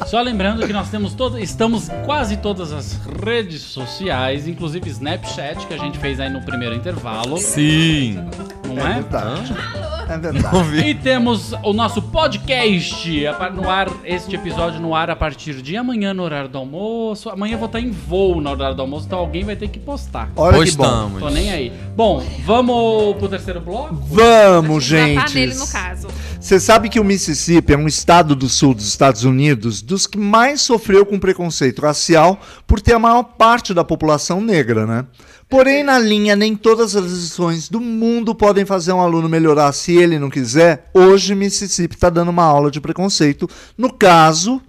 Speaker 3: Só lembrando que nós temos todas, estamos quase todas as redes sociais, inclusive Snapchat, que a gente fez aí no primeiro intervalo,
Speaker 4: Sim.
Speaker 3: não
Speaker 1: É
Speaker 3: é?
Speaker 1: verdade.
Speaker 2: <laughs>
Speaker 1: É verdade.
Speaker 4: Ouvi.
Speaker 3: E temos o nosso podcast a par- no ar, este episódio no ar a partir de amanhã no horário do almoço. Amanhã eu vou estar em voo no horário do almoço, então alguém vai ter que postar.
Speaker 1: Olha que bom.
Speaker 4: Postamos.
Speaker 3: Tô nem aí. Bom, vamos pro terceiro bloco?
Speaker 1: Vamos,
Speaker 2: Matar
Speaker 1: <laughs> gente.
Speaker 2: nele, no caso.
Speaker 1: Você sabe que o Mississippi é um estado do sul dos Estados Unidos dos que mais sofreu com preconceito racial por ter a maior parte da população negra, né? Porém, na linha, nem todas as lições do mundo podem fazer um aluno melhorar se ele não quiser. Hoje, Mississippi está dando uma aula de preconceito, no caso,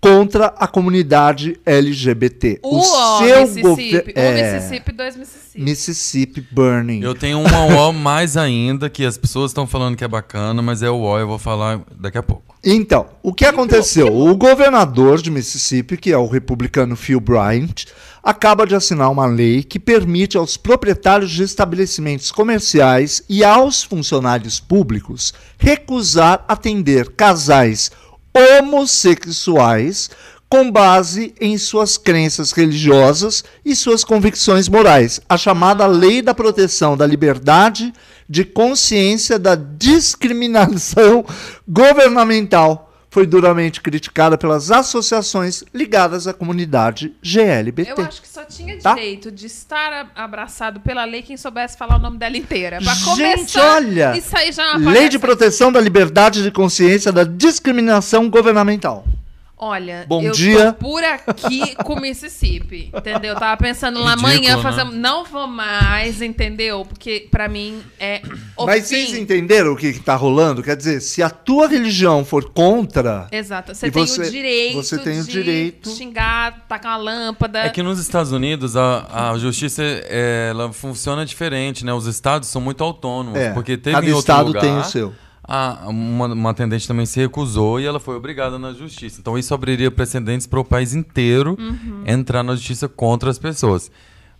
Speaker 1: contra a comunidade LGBT.
Speaker 2: O, ó,
Speaker 1: gover-
Speaker 2: Mississippi. Um
Speaker 1: é,
Speaker 2: Mississippi, dois Mississippi.
Speaker 1: Mississippi Burning.
Speaker 4: Eu tenho um UO mais ainda, que as pessoas estão falando que é bacana, mas é o UO, eu vou falar daqui a pouco.
Speaker 1: Então, o que aconteceu? O governador de Mississippi, que é o republicano Phil Bryant, acaba de assinar uma lei que permite aos proprietários de estabelecimentos comerciais e aos funcionários públicos recusar atender casais homossexuais com base em suas crenças religiosas e suas convicções morais, a chamada Lei da Proteção da Liberdade de Consciência da Discriminação <laughs> Governamental. Foi duramente criticada pelas associações ligadas à comunidade GLBT.
Speaker 2: Eu acho que só tinha
Speaker 1: Tá?
Speaker 2: direito de estar a- abraçado pela lei quem soubesse falar o nome dela inteira. é Pra
Speaker 1: Gente,
Speaker 2: começar,
Speaker 1: olha!
Speaker 2: isso aí já é uma
Speaker 1: Lei de
Speaker 2: palhaçada.
Speaker 1: Proteção da Liberdade de Consciência da Discriminação Governamental.
Speaker 2: Olha,
Speaker 1: Bom
Speaker 2: eu
Speaker 1: dia.
Speaker 2: tô por aqui com o Mississippi, entendeu? Tava pensando lá
Speaker 4: Ridículo,
Speaker 2: amanhã
Speaker 4: né?
Speaker 2: fazer... Não vou mais, entendeu? Porque pra mim é o
Speaker 1: Mas
Speaker 2: fim.
Speaker 1: vocês entenderam o que está rolando? Quer dizer, se a tua religião for contra.
Speaker 4: É,
Speaker 2: Exato.
Speaker 1: E
Speaker 2: Você tem
Speaker 1: você-
Speaker 2: o direito
Speaker 1: você tem o
Speaker 2: de
Speaker 1: direito.
Speaker 2: xingar, tacar uma lâmpada.
Speaker 4: É que nos Estados Unidos a, a justiça é, ela funciona diferente, né? Os estados são muito autônomos,
Speaker 1: É,
Speaker 4: porque teve
Speaker 1: cada
Speaker 4: em outro
Speaker 1: estado
Speaker 4: lugar,
Speaker 1: tem o seu.
Speaker 4: a- uma, uma atendente também se recusou e ela foi obrigada na justiça. Então isso abriria precedentes para o país inteiro
Speaker 2: Uhum.
Speaker 4: entrar na justiça contra as pessoas.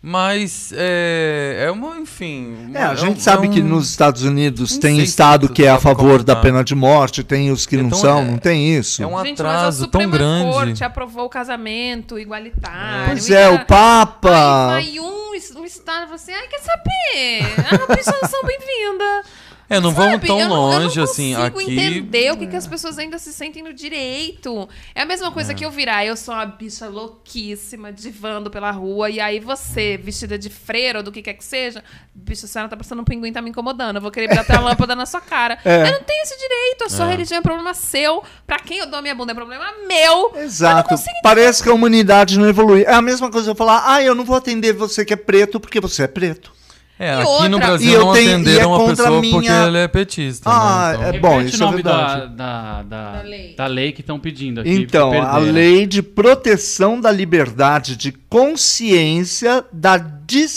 Speaker 4: Mas é, é uma, enfim. uma-
Speaker 1: É, a gente
Speaker 4: um-
Speaker 1: sabe
Speaker 4: é um-
Speaker 1: que nos Estados Unidos
Speaker 4: Não
Speaker 1: tem
Speaker 4: sei se
Speaker 1: estado
Speaker 4: isso
Speaker 1: que é
Speaker 4: dá
Speaker 1: a
Speaker 4: pra
Speaker 1: favor da
Speaker 4: comentar.
Speaker 1: pena de morte, tem os que não
Speaker 4: Então,
Speaker 1: são,
Speaker 4: é-
Speaker 1: não tem isso.
Speaker 4: é um
Speaker 2: Gente, mas a
Speaker 4: atraso tão
Speaker 2: Suprema
Speaker 4: grande.
Speaker 2: Corte aprovou o casamento igualitário.
Speaker 1: Pois
Speaker 2: e
Speaker 1: é,
Speaker 2: tá-
Speaker 1: o Papa.
Speaker 2: Aí vai um, es- um estado e fala assim, ai, quer saber? Ah, A representação bem-vinda.
Speaker 4: <laughs> É, não
Speaker 2: Sabe?
Speaker 4: vamos tão
Speaker 2: Eu não- eu não
Speaker 4: longe assim.
Speaker 2: consigo
Speaker 4: Aqui. É.
Speaker 2: entender o que, que as pessoas ainda se sentem no direito. É a mesma coisa que eu virar, eu sou uma bicha louquíssima, divando pela rua, e aí você, vestida de freira ou do que quer que seja, bicho, a senhora tá passando um pinguim, tá me incomodando, eu vou querer
Speaker 4: <laughs>
Speaker 2: botar a lâmpada na sua cara.
Speaker 4: É.
Speaker 2: Eu não tenho esse direito, a sua religião é problema seu, pra quem eu dou a minha bunda é problema meu.
Speaker 1: Exato. Parece que a humanidade não evoluiu. É a mesma coisa eu falar, ah, eu não vou atender você que é preto porque você é preto.
Speaker 4: É, aqui no
Speaker 2: outra-
Speaker 4: Brasil
Speaker 1: E eu
Speaker 4: não
Speaker 1: tenho- e é
Speaker 4: atenderam uma
Speaker 1: contra a
Speaker 4: pessoa
Speaker 1: minha-
Speaker 4: porque ela é petista.
Speaker 1: Ah,
Speaker 4: né? Então-
Speaker 1: é bom,
Speaker 3: Repete
Speaker 1: isso é
Speaker 3: o nome da,
Speaker 1: verdade.
Speaker 3: da, da,
Speaker 2: Da lei.
Speaker 3: da lei que estão pedindo aqui.
Speaker 1: Então,
Speaker 3: perderam.
Speaker 1: a
Speaker 4: né?
Speaker 1: Lei de Proteção da Liberdade de Consciência da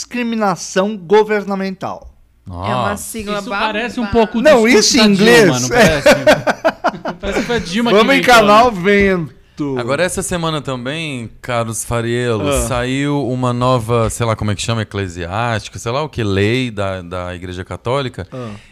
Speaker 1: Discriminação Governamental.
Speaker 2: É uma
Speaker 4: Nossa.
Speaker 2: sigla
Speaker 3: Isso
Speaker 2: babada.
Speaker 3: parece um pouco o
Speaker 1: Não,
Speaker 3: discurso
Speaker 1: isso em
Speaker 3: da Dilma,
Speaker 1: inglês. <laughs>
Speaker 3: não parece? parece que foi a Dilma que
Speaker 1: Vamos
Speaker 3: inventou,
Speaker 1: encanar o
Speaker 3: né?
Speaker 1: vento.
Speaker 4: Agora, essa semana também, Carlos Fariello, saiu uma nova, sei lá como é que chama, eclesiástica, sei lá o que, lei da, da Igreja Católica.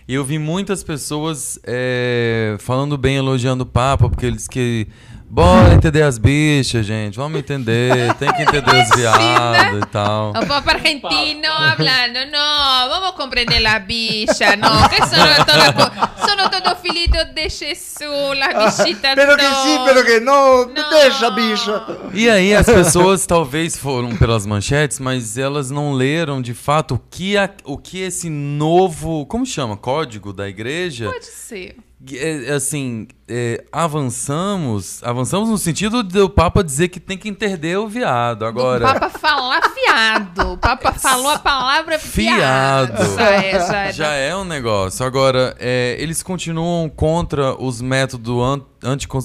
Speaker 4: E eu vi muitas pessoas é, falando bem, elogiando o Papa, porque ele disse que. Bora entender as bichas, gente. Vamos entender. Tem que entender os viados e tal.
Speaker 2: Un poco argentino hablando, no, vamos a comprender la villa, no, que sono todo, sono todos filitos de Jesús, las
Speaker 4: é
Speaker 2: visitas
Speaker 1: Ah, Pero que sim, pero que não, me
Speaker 2: Não.
Speaker 1: deixa, bicha.
Speaker 4: E aí as pessoas talvez foram pelas manchetes, mas elas não leram de fato o que, a- o que esse novo, como chama, código da igreja
Speaker 2: Pode ser.
Speaker 4: é, assim, é, avançamos, avançamos no sentido do Papa dizer que tem que entender o viado agora.
Speaker 2: O Papa falar fiado. O Papa falou a palavra fiado.
Speaker 4: Fiado.
Speaker 2: Já é, já é.
Speaker 4: Já é um negócio. Agora, é, eles continuam contra os métodos an- anticon-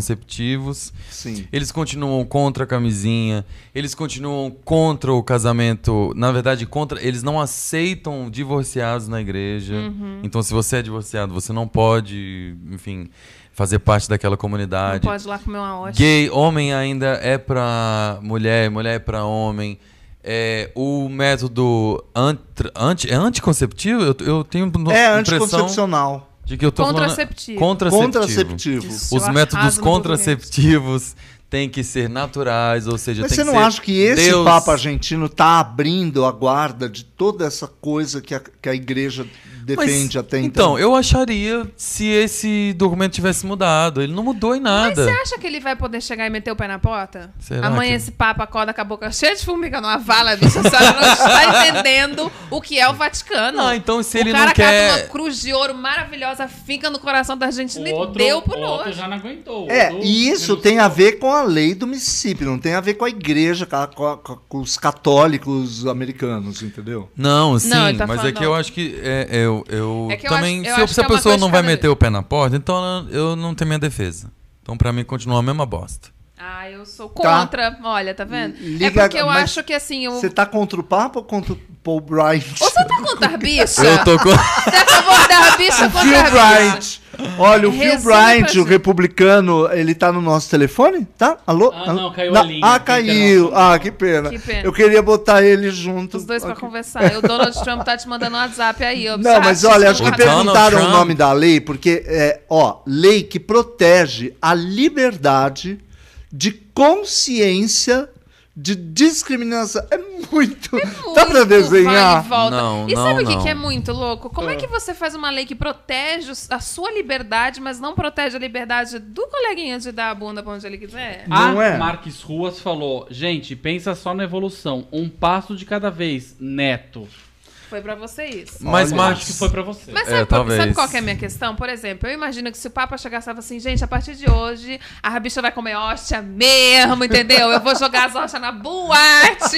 Speaker 4: anticonceptivos.
Speaker 1: Sim.
Speaker 4: Eles continuam contra a camisinha. Eles continuam contra o casamento. Na verdade, contra. Eles não aceitam divorciados na igreja.
Speaker 2: Uhum.
Speaker 4: Então, se você é divorciado, você não pode, enfim, fazer parte daquela
Speaker 2: Não
Speaker 4: comunidade.
Speaker 2: pode ir lá comer uma hóstia.
Speaker 4: Gay, homem ainda é pra mulher, mulher é pra homem. É, o método antra- anti, é anticonceptivo? Eu, eu tenho no-
Speaker 1: É
Speaker 4: impressão
Speaker 1: anticoncepcional.
Speaker 4: de que eu tô falando-
Speaker 2: Contraceptivo.
Speaker 4: Contraceptivo.
Speaker 1: Contraceptivo.
Speaker 2: Isso, eu
Speaker 4: Os
Speaker 2: arraso
Speaker 4: métodos
Speaker 2: no português.
Speaker 4: contraceptivos têm que ser naturais, ou seja,
Speaker 1: Mas
Speaker 4: tem
Speaker 1: você
Speaker 4: que
Speaker 1: não
Speaker 4: ser
Speaker 1: acha que esse
Speaker 4: Deus...
Speaker 1: Papa argentino tá abrindo a guarda de toda essa coisa que a, que a igreja defende até então?
Speaker 4: Então, eu acharia se esse documento tivesse mudado. Ele não mudou em
Speaker 2: Mas
Speaker 4: nada.
Speaker 2: você acha que ele vai poder chegar e meter o pé na porta?
Speaker 4: Será
Speaker 2: Amanhã
Speaker 4: que-
Speaker 2: esse papo acorda com a boca cheia de formiga numa vala, bicho. A senhora
Speaker 4: <laughs>
Speaker 2: não está entendendo o que é o Vaticano.
Speaker 4: Não, então se
Speaker 2: o
Speaker 4: ele
Speaker 2: cara
Speaker 4: não
Speaker 2: cata
Speaker 4: quer.
Speaker 2: uma cruz de ouro maravilhosa, fica no coração da Argentina
Speaker 3: O
Speaker 2: e
Speaker 3: outro,
Speaker 2: deu pro
Speaker 3: o outro
Speaker 2: nojo.
Speaker 3: já não aguentou. o
Speaker 1: É,
Speaker 3: outro
Speaker 1: e isso
Speaker 3: renunciou.
Speaker 1: tem a ver com a lei do Mississippi, não tem a ver com a igreja, com, a- com a- com os católicos americanos, entendeu?
Speaker 4: Não, sim,
Speaker 2: Não, ele tá
Speaker 4: mas é
Speaker 2: falando-
Speaker 4: que eu acho que. é, eu, eu
Speaker 2: É que eu
Speaker 4: também,
Speaker 2: acho- eu
Speaker 4: se, eu-
Speaker 2: acho
Speaker 4: se a
Speaker 2: que é uma
Speaker 4: pessoa
Speaker 2: coisa
Speaker 4: não
Speaker 2: de
Speaker 4: vai
Speaker 2: cada
Speaker 4: meter o pé na porta, então ela- eu não tenho minha defesa. Então, pra mim, continua a mesma
Speaker 2: <laughs>
Speaker 4: bosta.
Speaker 2: Ah, eu sou
Speaker 1: Tá.
Speaker 2: contra. Olha, tá vendo?
Speaker 1: Liga-
Speaker 2: é porque eu
Speaker 1: mas
Speaker 2: acho que assim. O...
Speaker 1: Você tá contra o Papa ou contra o Paul Bryant?
Speaker 2: Ou você tá contra a bicha?
Speaker 4: <laughs> Eu tô com.
Speaker 2: Você é a favor da bicha
Speaker 1: Phil
Speaker 2: ou contra a bicha?
Speaker 1: Bryant. Olha, o Phil
Speaker 2: Resume pra
Speaker 1: Bryant, o
Speaker 2: gente.
Speaker 1: republicano, ele tá no nosso telefone? Tá? Alô?
Speaker 3: Ah,
Speaker 1: Alô?
Speaker 3: não, caiu a linha.
Speaker 1: Ah, caiu. Ah, que pena.
Speaker 2: Que pena.
Speaker 1: Eu queria botar ele junto.
Speaker 2: Os dois pra
Speaker 1: aqui.
Speaker 2: conversar. E o Donald Trump tá te mandando um WhatsApp aí, ó.
Speaker 1: Não, mas olha, acho que
Speaker 4: O Donald
Speaker 1: perguntaram o
Speaker 4: Trump.
Speaker 1: nome da lei, porque é, ó, lei que protege a liberdade de consciência de discriminação. É muito. <laughs> Dá pra
Speaker 2: Muito
Speaker 1: desenhar? Ah.
Speaker 2: vai e volta.
Speaker 4: Não,
Speaker 2: e
Speaker 4: não,
Speaker 2: sabe o que
Speaker 4: não.
Speaker 2: que é muito louco? Como é que você faz uma lei que protege os- a sua liberdade, mas não protege a liberdade do coleguinha de dar a bunda pra onde ele quiser?
Speaker 3: A
Speaker 1: Não é?
Speaker 3: Marques Ruas falou: gente, pensa só na evolução. Um passo de cada vez, neto.
Speaker 2: Foi pra você isso.
Speaker 4: Mas,
Speaker 3: Eu
Speaker 4: Marcos.
Speaker 3: acho que foi pra você.
Speaker 2: Mas
Speaker 4: É,
Speaker 2: sabe, qual, sabe
Speaker 4: talvez.
Speaker 2: qual que é a minha questão? Por exemplo, eu imagino que se o Papa chegasse e falava assim, gente, a partir de hoje, a rabicha vai comer hóstia mesmo, entendeu? Eu vou jogar as hóstias na boate.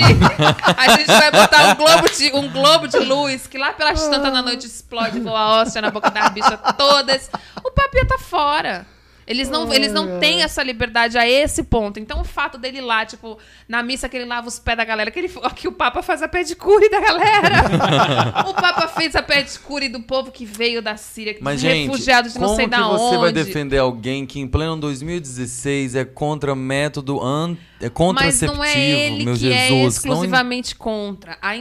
Speaker 2: A gente vai botar um globo de, um globo de luz, que lá pelas tantas da noite explode com a hóstia na boca da rabicha todas. O Papa ia tá fora. Eles não, eles não têm essa liberdade a esse ponto. Então, o fato dele ir lá, tipo, na missa que ele lava os pés da galera, que, ele, que o Papa faz a pedicure
Speaker 4: <laughs>
Speaker 2: da galera. o Papa fez a pedicure do povo que veio da Síria, que
Speaker 4: Mas, gente,
Speaker 2: refugiado de não
Speaker 4: como
Speaker 2: sei
Speaker 4: que
Speaker 2: da onde.
Speaker 4: você vai defender alguém que em pleno 2016 é contra método an... é
Speaker 2: Mas
Speaker 4: contraceptivo,
Speaker 2: não é ele
Speaker 4: meu
Speaker 2: que
Speaker 4: Jesus?
Speaker 2: é
Speaker 4: não...
Speaker 2: exclusivamente contra. A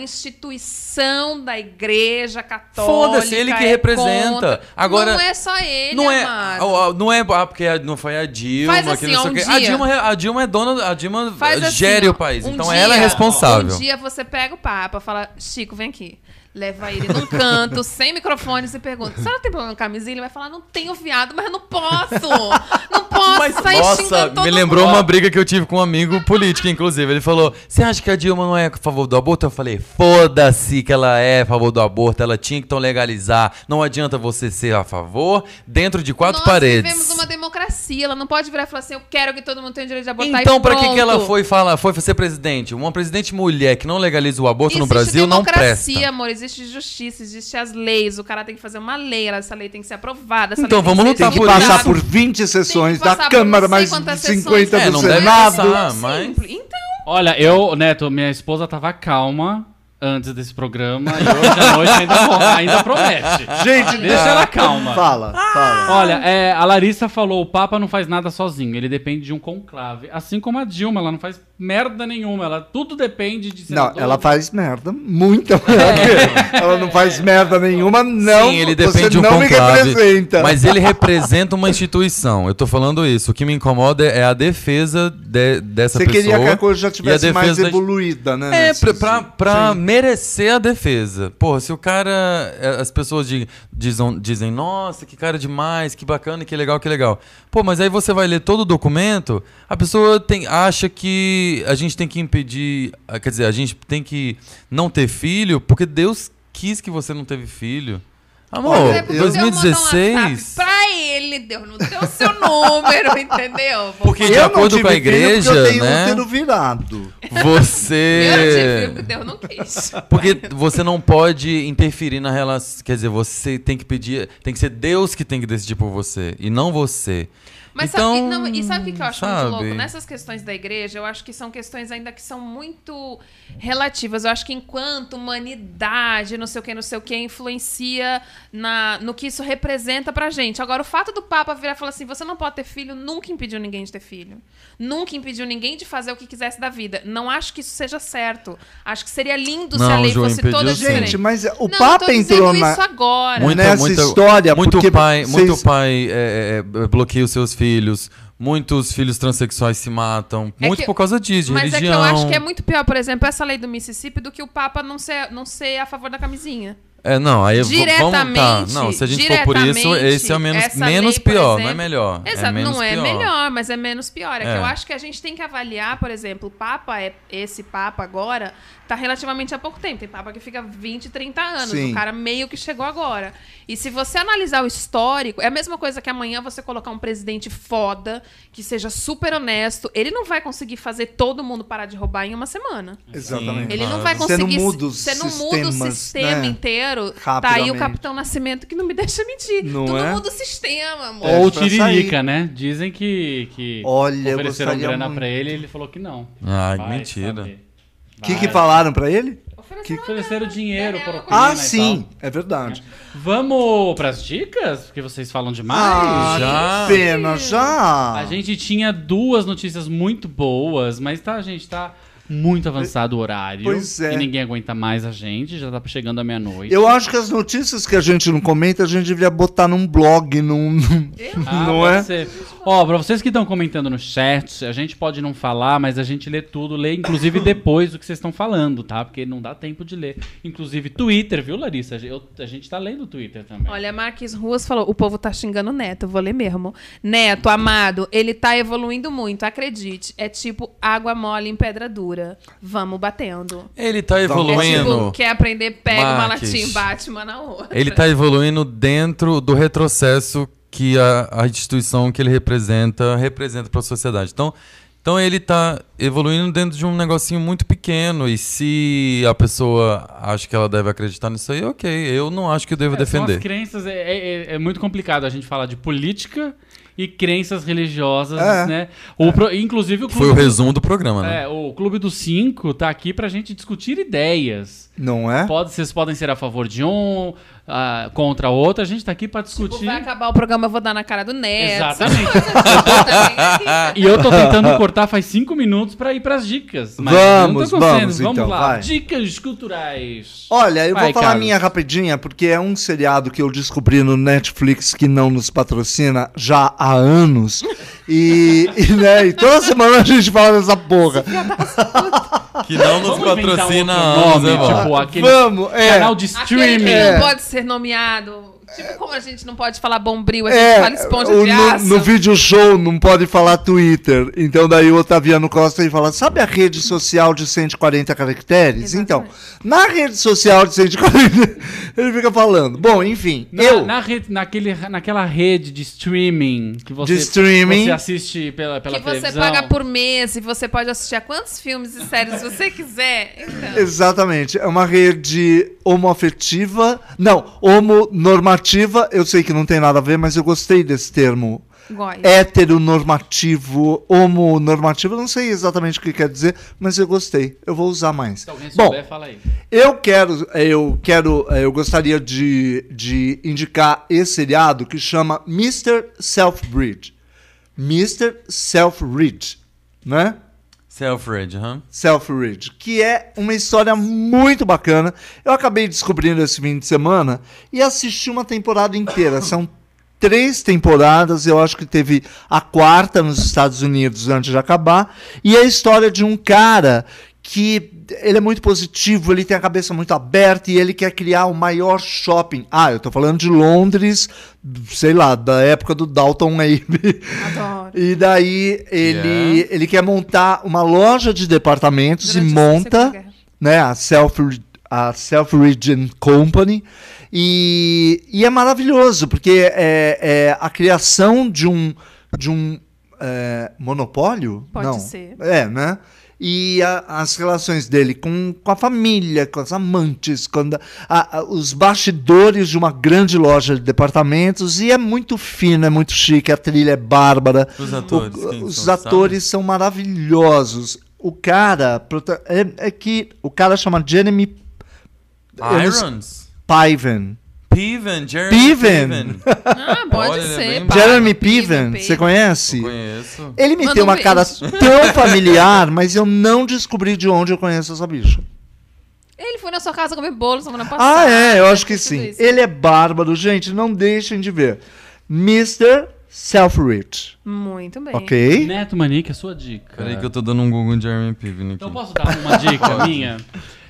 Speaker 2: instituição da igreja católica.
Speaker 4: Foda-se, ele que
Speaker 2: é
Speaker 4: representa.
Speaker 2: contra.
Speaker 4: Agora,
Speaker 2: não é só ele,
Speaker 4: não é,
Speaker 2: amado.
Speaker 4: ah, ah, não é ah, porque a- não foi a Dilma
Speaker 2: Faz
Speaker 4: que
Speaker 2: assim,
Speaker 4: não
Speaker 2: ó,
Speaker 4: sei o
Speaker 2: um
Speaker 4: quê. A
Speaker 2: dia-
Speaker 4: Dilma, é- a Dilma é dona, a Dilma
Speaker 2: Faz assim,
Speaker 4: gere
Speaker 2: ó,
Speaker 4: o país.
Speaker 2: um
Speaker 4: então
Speaker 2: dia-
Speaker 4: ela é
Speaker 2: Um
Speaker 4: responsável.
Speaker 2: dia você pega o Papa e fala, Chico, vem aqui. Leva ele num
Speaker 4: <laughs>
Speaker 2: canto, sem microfones e pergunta: a senhora tem problema com camisinha? Ele vai falar: não tenho viado, mas não posso.
Speaker 4: <laughs>
Speaker 2: Não posso
Speaker 4: Mas,
Speaker 2: sair
Speaker 4: nossa,
Speaker 2: xingando todo
Speaker 4: me lembrou
Speaker 2: mundo.
Speaker 4: uma briga que eu tive com um amigo político, inclusive. Ele falou: Você acha que a Dilma não é a favor do aborto? Eu falei: Foda-se que ela é a favor do aborto, ela tinha que então legalizar. Não adianta você ser a favor dentro de quatro
Speaker 2: Nós
Speaker 4: paredes.
Speaker 2: vivemos uma democracia, ela não pode virar e falar assim: eu quero que todo mundo tenha o direito de abortar
Speaker 4: Então,
Speaker 2: e
Speaker 4: pra que, que ela
Speaker 2: pronto.
Speaker 4: foi, falar, foi ser presidente? Uma presidente mulher que não legaliza o aborto no
Speaker 2: Existe
Speaker 4: Brasil não
Speaker 2: democracia,
Speaker 4: presta.
Speaker 2: amor, existe justiça, existe as leis, o cara tem que fazer uma lei, ela- essa lei tem que ser aprovada. essa
Speaker 4: Então,
Speaker 2: lei
Speaker 4: vamos
Speaker 2: tem que ser
Speaker 4: lutar
Speaker 1: Tem que
Speaker 4: por
Speaker 2: estudada.
Speaker 1: passar por 20 sessões
Speaker 2: Tem que
Speaker 1: da
Speaker 2: passar por
Speaker 1: Câmara,
Speaker 2: não sei
Speaker 1: mais
Speaker 2: quantas
Speaker 1: 50
Speaker 2: sessões.
Speaker 4: É,
Speaker 1: do
Speaker 4: não deve
Speaker 1: Senado.
Speaker 4: passar, mas-
Speaker 2: Simples. Então,
Speaker 3: Olha, eu, Neto, minha esposa tava calma antes desse programa e hoje à noite ainda, ainda promete.
Speaker 1: Gente,
Speaker 3: Deixa
Speaker 1: não.
Speaker 3: ela calma.
Speaker 1: Fala,
Speaker 2: Ah!
Speaker 1: fala.
Speaker 3: Olha, é, a Larissa falou: o Papa não faz nada sozinho, ele depende de um conclave. Assim como a Dilma, ela não faz merda nenhuma, ela tudo depende de
Speaker 2: é
Speaker 1: Não,
Speaker 3: senador.
Speaker 1: ela faz merda, <laughs> muita merda. Ela não faz merda nenhuma, não.
Speaker 4: Sim, ele depende de
Speaker 1: você
Speaker 4: um
Speaker 1: não me
Speaker 4: conclave,
Speaker 1: representa.
Speaker 4: Mas ele representa uma instituição. Eu tô falando isso. O que me incomoda é a defesa de- dessa
Speaker 1: você
Speaker 4: pessoa.
Speaker 1: queria que a coisa já
Speaker 4: e a
Speaker 1: tivesse mais
Speaker 4: defesa da-
Speaker 1: evoluída, né?
Speaker 4: É,
Speaker 1: nesse
Speaker 4: pra, pra,
Speaker 1: sentido.
Speaker 4: pra
Speaker 1: Sim.
Speaker 4: merecer a defesa. Porra, se o cara. é, As pessoas de- dizem, dizem, nossa, que cara demais, que bacana, que legal, que legal. Pô, mas aí você vai ler todo o documento, a pessoa tem, acha que a gente tem que impedir. ah, Quer dizer, a gente tem que não ter filho, porque Deus quis que você não teve filho. Amor,
Speaker 1: Olha,
Speaker 2: É Por exemplo, eu mandar um WhatsApp
Speaker 4: 2016.
Speaker 2: Pra lhe deu, não deu seu número, <laughs> entendeu? Vou
Speaker 4: Porque-
Speaker 2: falar.
Speaker 4: de
Speaker 1: eu
Speaker 4: acordo
Speaker 1: não tive
Speaker 4: com a
Speaker 1: filho porque
Speaker 4: igreja,
Speaker 1: eu tenho
Speaker 4: né?
Speaker 1: útero virado.
Speaker 2: um
Speaker 4: Você.
Speaker 2: <laughs> Eu tive o que Deus não quis.
Speaker 4: Porque você não pode interferir na relação. Quer dizer, você tem que pedir. Tem que ser Deus que tem que decidir por você. E não você.
Speaker 2: Mas
Speaker 4: então,
Speaker 2: sabe, não, e sabe o que que eu acho
Speaker 4: sabe?
Speaker 2: muito louco? Nessas questões da igreja, eu acho que são questões ainda que são muito relativas. Eu acho que enquanto humanidade, não sei o que, não sei o que, influencia na, no que isso representa pra gente. Agora, o fato do Papa virar e falar assim: você não pode ter filho, nunca impediu ninguém de ter filho. Nunca impediu ninguém de fazer o que quisesse da vida. Não acho que isso seja certo. Acho que seria lindo se a
Speaker 4: Não,
Speaker 2: lei
Speaker 4: Ju,
Speaker 2: fosse
Speaker 4: impediu
Speaker 2: toda
Speaker 4: sim.
Speaker 2: diferente.
Speaker 1: Gente, mas o
Speaker 2: não, eu
Speaker 1: Papa
Speaker 2: tô dizendo
Speaker 1: entrou na.
Speaker 2: isso agora.
Speaker 4: Muito,
Speaker 1: nessa
Speaker 4: muito-
Speaker 1: história,
Speaker 4: muito
Speaker 1: porque
Speaker 4: pai,
Speaker 1: vocês-
Speaker 4: muito pai é, é, é, bloqueia os seus filhos. Muitos filhos transexuais se matam.
Speaker 2: É
Speaker 4: muito
Speaker 2: que-
Speaker 4: por causa disso, de
Speaker 2: Mas é que
Speaker 4: religião.
Speaker 2: eu acho que é muito pior, por exemplo, essa lei do Mississippi do que o Papa não ser, não ser a favor da camisinha.
Speaker 4: É, não, aí eu vou- vamos tá.
Speaker 2: Diretamente,
Speaker 4: Não, se a gente for por isso,
Speaker 2: diretamente,
Speaker 4: esse é o menos,
Speaker 2: essa
Speaker 4: menos
Speaker 2: lei, por
Speaker 4: pior, não é
Speaker 2: exemplo-
Speaker 4: melhor.
Speaker 2: Exato,
Speaker 4: menos
Speaker 2: não é
Speaker 4: pior.
Speaker 2: melhor, mas é menos pior. É,
Speaker 4: É.
Speaker 2: que eu acho que a gente tem que avaliar, por exemplo, o Papa, é, esse Papa agora, tá relativamente há pouco tempo. Tem Papa que fica 20, 30 anos.
Speaker 1: Sim.
Speaker 2: O cara meio que chegou agora. E se você analisar o histórico, é a mesma coisa que amanhã você colocar um presidente foda, que seja super honesto. Ele não vai conseguir fazer todo mundo parar de roubar em uma semana.
Speaker 1: Exatamente.
Speaker 2: Ele não
Speaker 4: Claro.
Speaker 2: vai
Speaker 1: Você não
Speaker 2: conseguir.
Speaker 1: muda os
Speaker 2: você não muda o
Speaker 1: sistemas,
Speaker 2: sistema
Speaker 1: né?
Speaker 2: inteiro. Tá aí
Speaker 1: Rapidamente.
Speaker 2: o Capitão Nascimento que não me deixa mentir.
Speaker 1: Não
Speaker 2: tu
Speaker 1: é?
Speaker 2: não muda o sistema, amor.
Speaker 1: É,
Speaker 3: Ou o
Speaker 1: pra sair.
Speaker 3: Tiririca, né? Dizem que, que
Speaker 1: Olha, eu
Speaker 3: ofereceram
Speaker 1: gostaria
Speaker 3: grana
Speaker 1: muito.
Speaker 3: pra ele e ele falou que não.
Speaker 4: Ai,
Speaker 3: Vai
Speaker 4: Ah, mentira.
Speaker 3: saber.
Speaker 1: O que,
Speaker 3: Vai.
Speaker 1: que falaram pra ele?
Speaker 2: Ofereceu uma
Speaker 3: Ofereceram
Speaker 2: grana.
Speaker 3: dinheiro
Speaker 2: Daniel,
Speaker 3: pra
Speaker 2: uma
Speaker 3: Menina
Speaker 1: Ah,
Speaker 3: e
Speaker 1: sim, é verdade.
Speaker 3: Vamos pras dicas? Porque vocês falam demais.
Speaker 1: Ah,
Speaker 4: já.
Speaker 1: que pena, já.
Speaker 3: A gente tinha duas notícias muito boas, mas tá, a gente tá muito avançado o horário.
Speaker 1: Pois é.
Speaker 3: E ninguém aguenta mais a gente, já tá chegando à meia-noite.
Speaker 1: Eu acho que as notícias que a gente não comenta, a gente deveria botar num blog, num. num-
Speaker 3: Ah,
Speaker 1: não
Speaker 3: pode
Speaker 1: é?
Speaker 3: ser. Ó, pra vocês que estão comentando no chat, a gente pode não falar, mas a gente lê tudo,
Speaker 1: <laughs>
Speaker 3: lê inclusive depois do que vocês estão falando, tá? Porque não dá tempo de ler. Inclusive Twitter, viu, Larissa? Eu- a gente tá lendo Twitter também.
Speaker 2: Olha, Marques Ruas falou: o povo tá xingando o Neto, eu vou ler mesmo. Neto, amado, ele tá evoluindo muito, acredite. É tipo água mole em pedra dura. Vamos batendo.
Speaker 4: Ele
Speaker 1: um
Speaker 4: tá
Speaker 2: É
Speaker 4: evoluindo.
Speaker 2: tipo, quer aprender, pega uma
Speaker 4: Marques.
Speaker 2: latinha e bate uma na outra.
Speaker 4: Ele tá evoluindo dentro do retrocesso que a, a instituição que ele representa representa para a sociedade. Então, então ele tá evoluindo dentro de um negocinho muito pequeno e se a pessoa acha que ela deve acreditar nisso aí, ok. Eu não acho que eu devo
Speaker 3: É, são as
Speaker 4: defender.
Speaker 3: crenças, é, é- é- é muito complicado a gente falar de política e crenças religiosas,
Speaker 1: É.
Speaker 3: né? O pro- inclusive o
Speaker 4: Foi o resumo do programa, né?
Speaker 3: É, o Clube dos Cinco tá aqui pra gente discutir ideias.
Speaker 1: Não é?
Speaker 3: Pode, vocês podem ser a favor de um, ah, contra outro. A gente tá aqui pra discutir.
Speaker 2: Tipo, vai acabar o programa, eu vou dar na cara do Neto. assim,
Speaker 3: Exatamente.
Speaker 1: <laughs>
Speaker 2: Exatamente.
Speaker 3: E eu tô tentando cortar faz cinco minutos pra ir pras dicas. mas
Speaker 1: Vamos,
Speaker 3: não tá acontecendo.
Speaker 1: vamos, então,
Speaker 3: lá.
Speaker 1: vai.
Speaker 3: Dicas culturais.
Speaker 1: Olha, eu
Speaker 3: Vai,
Speaker 1: vou falar
Speaker 3: Carlos.
Speaker 1: minha rapidinha, porque é um seriado que eu descobri no Netflix que não nos patrocina já há anos. E, <laughs> e, né, e toda semana a gente fala dessa porra.
Speaker 4: <laughs>
Speaker 3: é
Speaker 4: Que não nos
Speaker 3: Vamos inventar um
Speaker 4: patrocina
Speaker 3: outro
Speaker 4: há anos,
Speaker 3: nome,
Speaker 4: né, Val?
Speaker 3: tipo, aquele
Speaker 1: Vamos, é.
Speaker 3: canal de
Speaker 2: Aquele
Speaker 3: streaming.
Speaker 2: que
Speaker 1: É.
Speaker 2: não pode ser nomeado. Tipo, como a gente não pode falar bombril, a gente
Speaker 1: É,
Speaker 2: fala esponja
Speaker 1: o-
Speaker 2: de
Speaker 1: no,
Speaker 2: aço.
Speaker 1: no vídeo show não pode falar Twitter. Então daí o Otaviano Costa ele fala: sabe a rede social de 140 caracteres? Então, na rede social de 140, <laughs> ele fica falando. Bom, enfim,
Speaker 3: Na,
Speaker 1: eu.
Speaker 3: na rede- naquele, naquela rede de streaming que você,
Speaker 1: De streaming.
Speaker 3: você assiste pela, pela
Speaker 2: Que você
Speaker 3: televisão.
Speaker 2: paga por mês e você pode assistir a quantos filmes e séries você quiser.
Speaker 1: <laughs>
Speaker 2: Então,
Speaker 1: Exatamente, é uma rede homoafetiva, não, homonormativa, eu sei que não tem nada a ver, mas eu gostei desse termo.
Speaker 2: gói.
Speaker 1: É. Heteronormativo, homonormativo, eu não sei exatamente o que quer dizer, mas eu gostei, eu vou usar mais.
Speaker 3: Se alguém
Speaker 1: Bom,
Speaker 3: souber, fala aí.
Speaker 1: eu quero, eu quero, eu gostaria de, de indicar esse seriado que chama Mr. Selfridge. Mr. Selfridge, né?
Speaker 4: Selfridge, hã?
Speaker 1: Selfridge, que é uma história muito bacana. Eu acabei descobrindo esse fim de semana e assisti uma temporada inteira. São três temporadas, eu acho que teve a quarta nos Estados Unidos antes de acabar. E é a história de um cara que ele é muito positivo, ele tem a cabeça muito aberta e ele quer criar o maior shopping. Ah, eu tô falando de Londres, sei lá, da época do Dalton Abe.
Speaker 2: Adoro.
Speaker 1: E daí ele,
Speaker 4: Yeah.
Speaker 1: ele quer montar uma loja de departamentos
Speaker 2: Durante
Speaker 1: e né,
Speaker 2: a Segunda
Speaker 1: monta
Speaker 2: Guerra.
Speaker 1: né, a, Self, a Selfridge and Company. E, e é maravilhoso, porque é, é a criação de um, de um é, monopólio?
Speaker 2: Pode
Speaker 1: Não.
Speaker 2: ser.
Speaker 1: É, né? E a- as relações dele com, com a família, com as amantes, quando os bastidores de uma grande loja de departamentos. E é muito fino, é muito chique, a trilha é bárbara.
Speaker 4: Os atores,
Speaker 1: O-
Speaker 4: quem
Speaker 1: os
Speaker 4: são, sabe?
Speaker 1: atores são maravilhosos. O cara. prota- É, é que o cara chama Jeremy Eu não sei-
Speaker 4: Irons?
Speaker 1: Piven.
Speaker 4: Piven, Jeremy
Speaker 1: Piven.
Speaker 4: <laughs>
Speaker 3: <laughs>
Speaker 2: Ah, pode
Speaker 4: Olha, ele é
Speaker 2: ser.
Speaker 4: bem
Speaker 2: pá.
Speaker 1: Jeremy Piven,
Speaker 2: Piven.
Speaker 1: você conhece?
Speaker 4: Eu conheço.
Speaker 1: Ele me
Speaker 2: Manda
Speaker 1: tem
Speaker 2: um
Speaker 1: uma cara
Speaker 2: beijo.
Speaker 1: tão familiar, <laughs> mas eu não descobri de onde eu conheço essa bicha.
Speaker 2: Ele foi na sua casa comer bolo semana passada.
Speaker 1: Ah, é, eu acho que
Speaker 2: Tudo
Speaker 1: sim.
Speaker 2: isso.
Speaker 1: Ele é bárbaro, gente, não deixem de ver. Mr. Selfridge,
Speaker 2: Muito bem.
Speaker 1: ok?
Speaker 4: Né?
Speaker 3: Neto Manique, a sua dica.
Speaker 4: Peraí que eu tô dando um Google em Jeremy Piven aqui.
Speaker 3: Então posso dar
Speaker 4: <laughs>
Speaker 3: uma dica minha?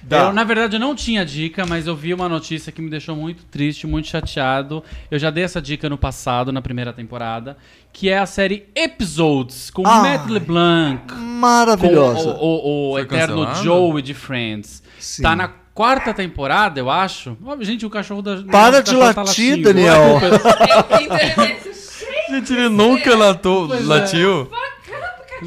Speaker 1: Dá.
Speaker 3: Eu, na verdade, eu não tinha dica, mas eu vi uma notícia que me deixou muito triste, muito chateado. Eu já dei essa dica no passado, na primeira temporada, que é a série Episodes, com
Speaker 1: Ai.
Speaker 3: Matt LeBlanc, com
Speaker 1: Maravilhosa.
Speaker 3: o, o- o
Speaker 4: Foi
Speaker 3: eterno
Speaker 4: cancelado?
Speaker 3: Joey de Friends.
Speaker 1: Sim.
Speaker 3: Tá na quarta temporada, eu acho. Ó, gente, o cachorro da...
Speaker 1: Para
Speaker 3: o
Speaker 1: de
Speaker 3: cachorro tá
Speaker 1: latir,
Speaker 3: latindo.
Speaker 1: Daniel.
Speaker 3: É
Speaker 4: Gente, ele nunca latou, latiu.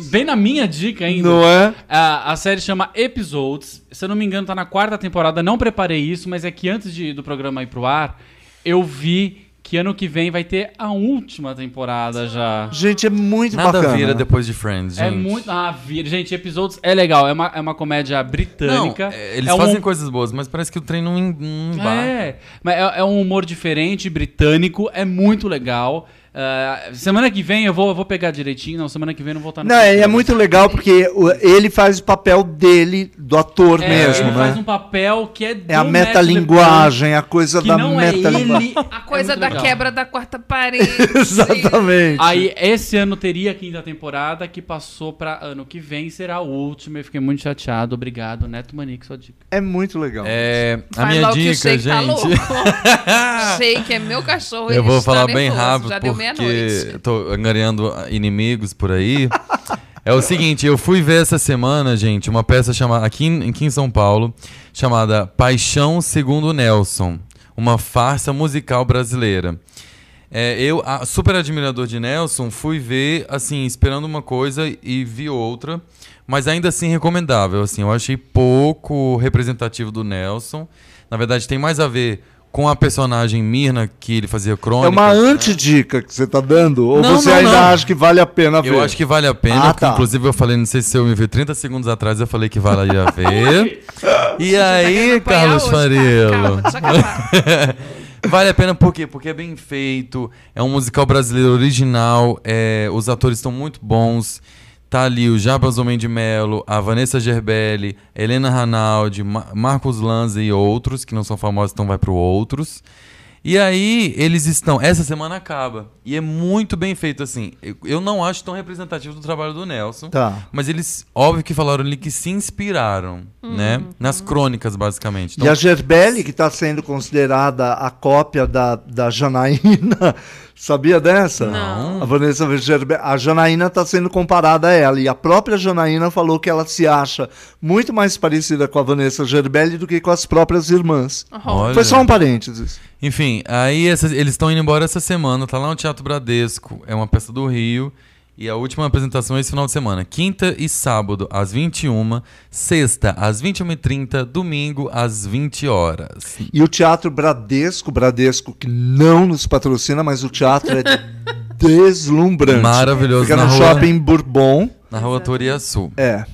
Speaker 3: <laughs> Bem na minha dica ainda.
Speaker 1: Não é?
Speaker 3: A, a série chama Episodes. Se eu não me engano, tá na quarta temporada. Não preparei isso, mas é que antes de- do programa ir pro ar, eu vi que ano que vem vai ter a última temporada já.
Speaker 1: Gente, é muito
Speaker 4: Nada
Speaker 1: bacana.
Speaker 4: vira depois de Friends, gente.
Speaker 3: É muito. Ah, vi- gente, Episodes é legal. É uma, é uma comédia
Speaker 4: Não,
Speaker 3: britânica.
Speaker 4: é, eles
Speaker 3: é um-
Speaker 4: fazem coisas boas, mas parece que o trem não, em- não embarca.
Speaker 3: É, mas é, é um humor diferente, britânico, é muito legal. Ah, semana que vem eu vou, eu vou pegar direitinho, não, semana que vem eu não vou estar Tá no
Speaker 1: Não, é, é
Speaker 3: programa.
Speaker 1: muito legal porque o- ele faz o papel dele, do ator
Speaker 3: É,
Speaker 1: mesmo,
Speaker 3: ele
Speaker 1: né?
Speaker 3: faz um papel que é
Speaker 1: É a
Speaker 3: do Matt
Speaker 1: metalinguagem, a coisa
Speaker 3: que
Speaker 1: da
Speaker 3: não é
Speaker 1: metalinguagem.
Speaker 3: ele.
Speaker 2: A coisa
Speaker 3: É muito
Speaker 2: da
Speaker 3: legal.
Speaker 2: quebra da quarta parede.
Speaker 1: <laughs> Exatamente.
Speaker 3: Aí, esse ano teria a quinta temporada, que passou pra ano que vem, será a última. Eu fiquei muito chateado. Obrigado, Neto Manique, sua dica.
Speaker 1: É muito legal.
Speaker 4: É, a
Speaker 2: Faz
Speaker 4: minha
Speaker 2: logo que o
Speaker 4: dica,
Speaker 2: Sheik
Speaker 4: gente.
Speaker 2: tá
Speaker 4: <laughs>
Speaker 2: louco. Sheik é meu cachorro.
Speaker 4: Eu
Speaker 2: ele
Speaker 4: vou
Speaker 2: está
Speaker 4: falar bem
Speaker 2: nervoso,
Speaker 4: rápido
Speaker 2: Já deu meia-noite. tá
Speaker 4: porque tô angariando inimigos por aí. é o seguinte, eu fui ver essa semana, gente, uma peça chamada aqui em, aqui em São Paulo, chamada Paixão Segundo Nelson, uma farsa musical brasileira. É, eu, a- super admirador de Nelson, fui ver, assim, esperando uma coisa e vi outra, mas ainda assim recomendável, assim, eu achei pouco representativo do Nelson. Na verdade, tem mais a ver com a personagem Mirna, que ele fazia crônica.
Speaker 1: É uma antidica que você tá dando? Ou
Speaker 4: Não,
Speaker 1: você
Speaker 4: não,
Speaker 1: ainda
Speaker 4: não.
Speaker 1: acha que vale a pena ver?
Speaker 4: Eu acho que vale a pena,
Speaker 1: Ah,
Speaker 4: porque,
Speaker 1: tá.
Speaker 4: inclusive eu falei, não sei se eu me vi 30 segundos atrás, eu falei que vale
Speaker 2: <laughs>
Speaker 4: a ver. e aí,
Speaker 2: tá Apanhar
Speaker 4: Carlos
Speaker 2: hoje, tá?
Speaker 4: Farelo?
Speaker 2: Calma, deixa eu acabar.
Speaker 4: <laughs> Vale a pena por quê? Porque é bem feito, é um musical brasileiro original, é, os atores estão muito bons. Tá ali o Jabas Homem de Melo, a Vanessa Gerbelli, Helena Ranaldi, Ma- Marcos Lanza e outros, que não são famosos, então vai para outros. E aí, eles estão. Essa semana acaba. E é muito bem feito, assim. Eu, eu não acho tão representativo do trabalho do Nelson.
Speaker 1: Tá.
Speaker 4: Mas eles, óbvio que falaram ali que se inspiraram, né? Nas crônicas, basicamente. Então,
Speaker 1: E a Gerbelli, que está sendo considerada a cópia da, da Janaína, <laughs> sabia dessa?
Speaker 2: Não.
Speaker 1: A Vanessa Gerbelli. A Janaína está sendo comparada a ela. E a própria Janaína falou que ela se acha muito mais parecida com a Vanessa Gerbelli do que com as próprias irmãs.
Speaker 4: Olha.
Speaker 1: Foi só um parênteses.
Speaker 4: Enfim, aí essas- eles estão indo embora essa semana, tá lá no Teatro Bradesco, é uma peça do Rio. E a última apresentação é esse final de semana. Quinta e sábado, às 21 sexta, às 21h30, domingo, às 20 horas.
Speaker 1: E o Teatro Bradesco, Bradesco que não nos patrocina, mas o
Speaker 4: <laughs>
Speaker 1: teatro é deslumbrante.
Speaker 4: Maravilhoso,
Speaker 1: Fica
Speaker 4: na
Speaker 1: no
Speaker 4: rua-
Speaker 1: shopping Bourbon.
Speaker 4: Na rua Toria Sul.
Speaker 1: É.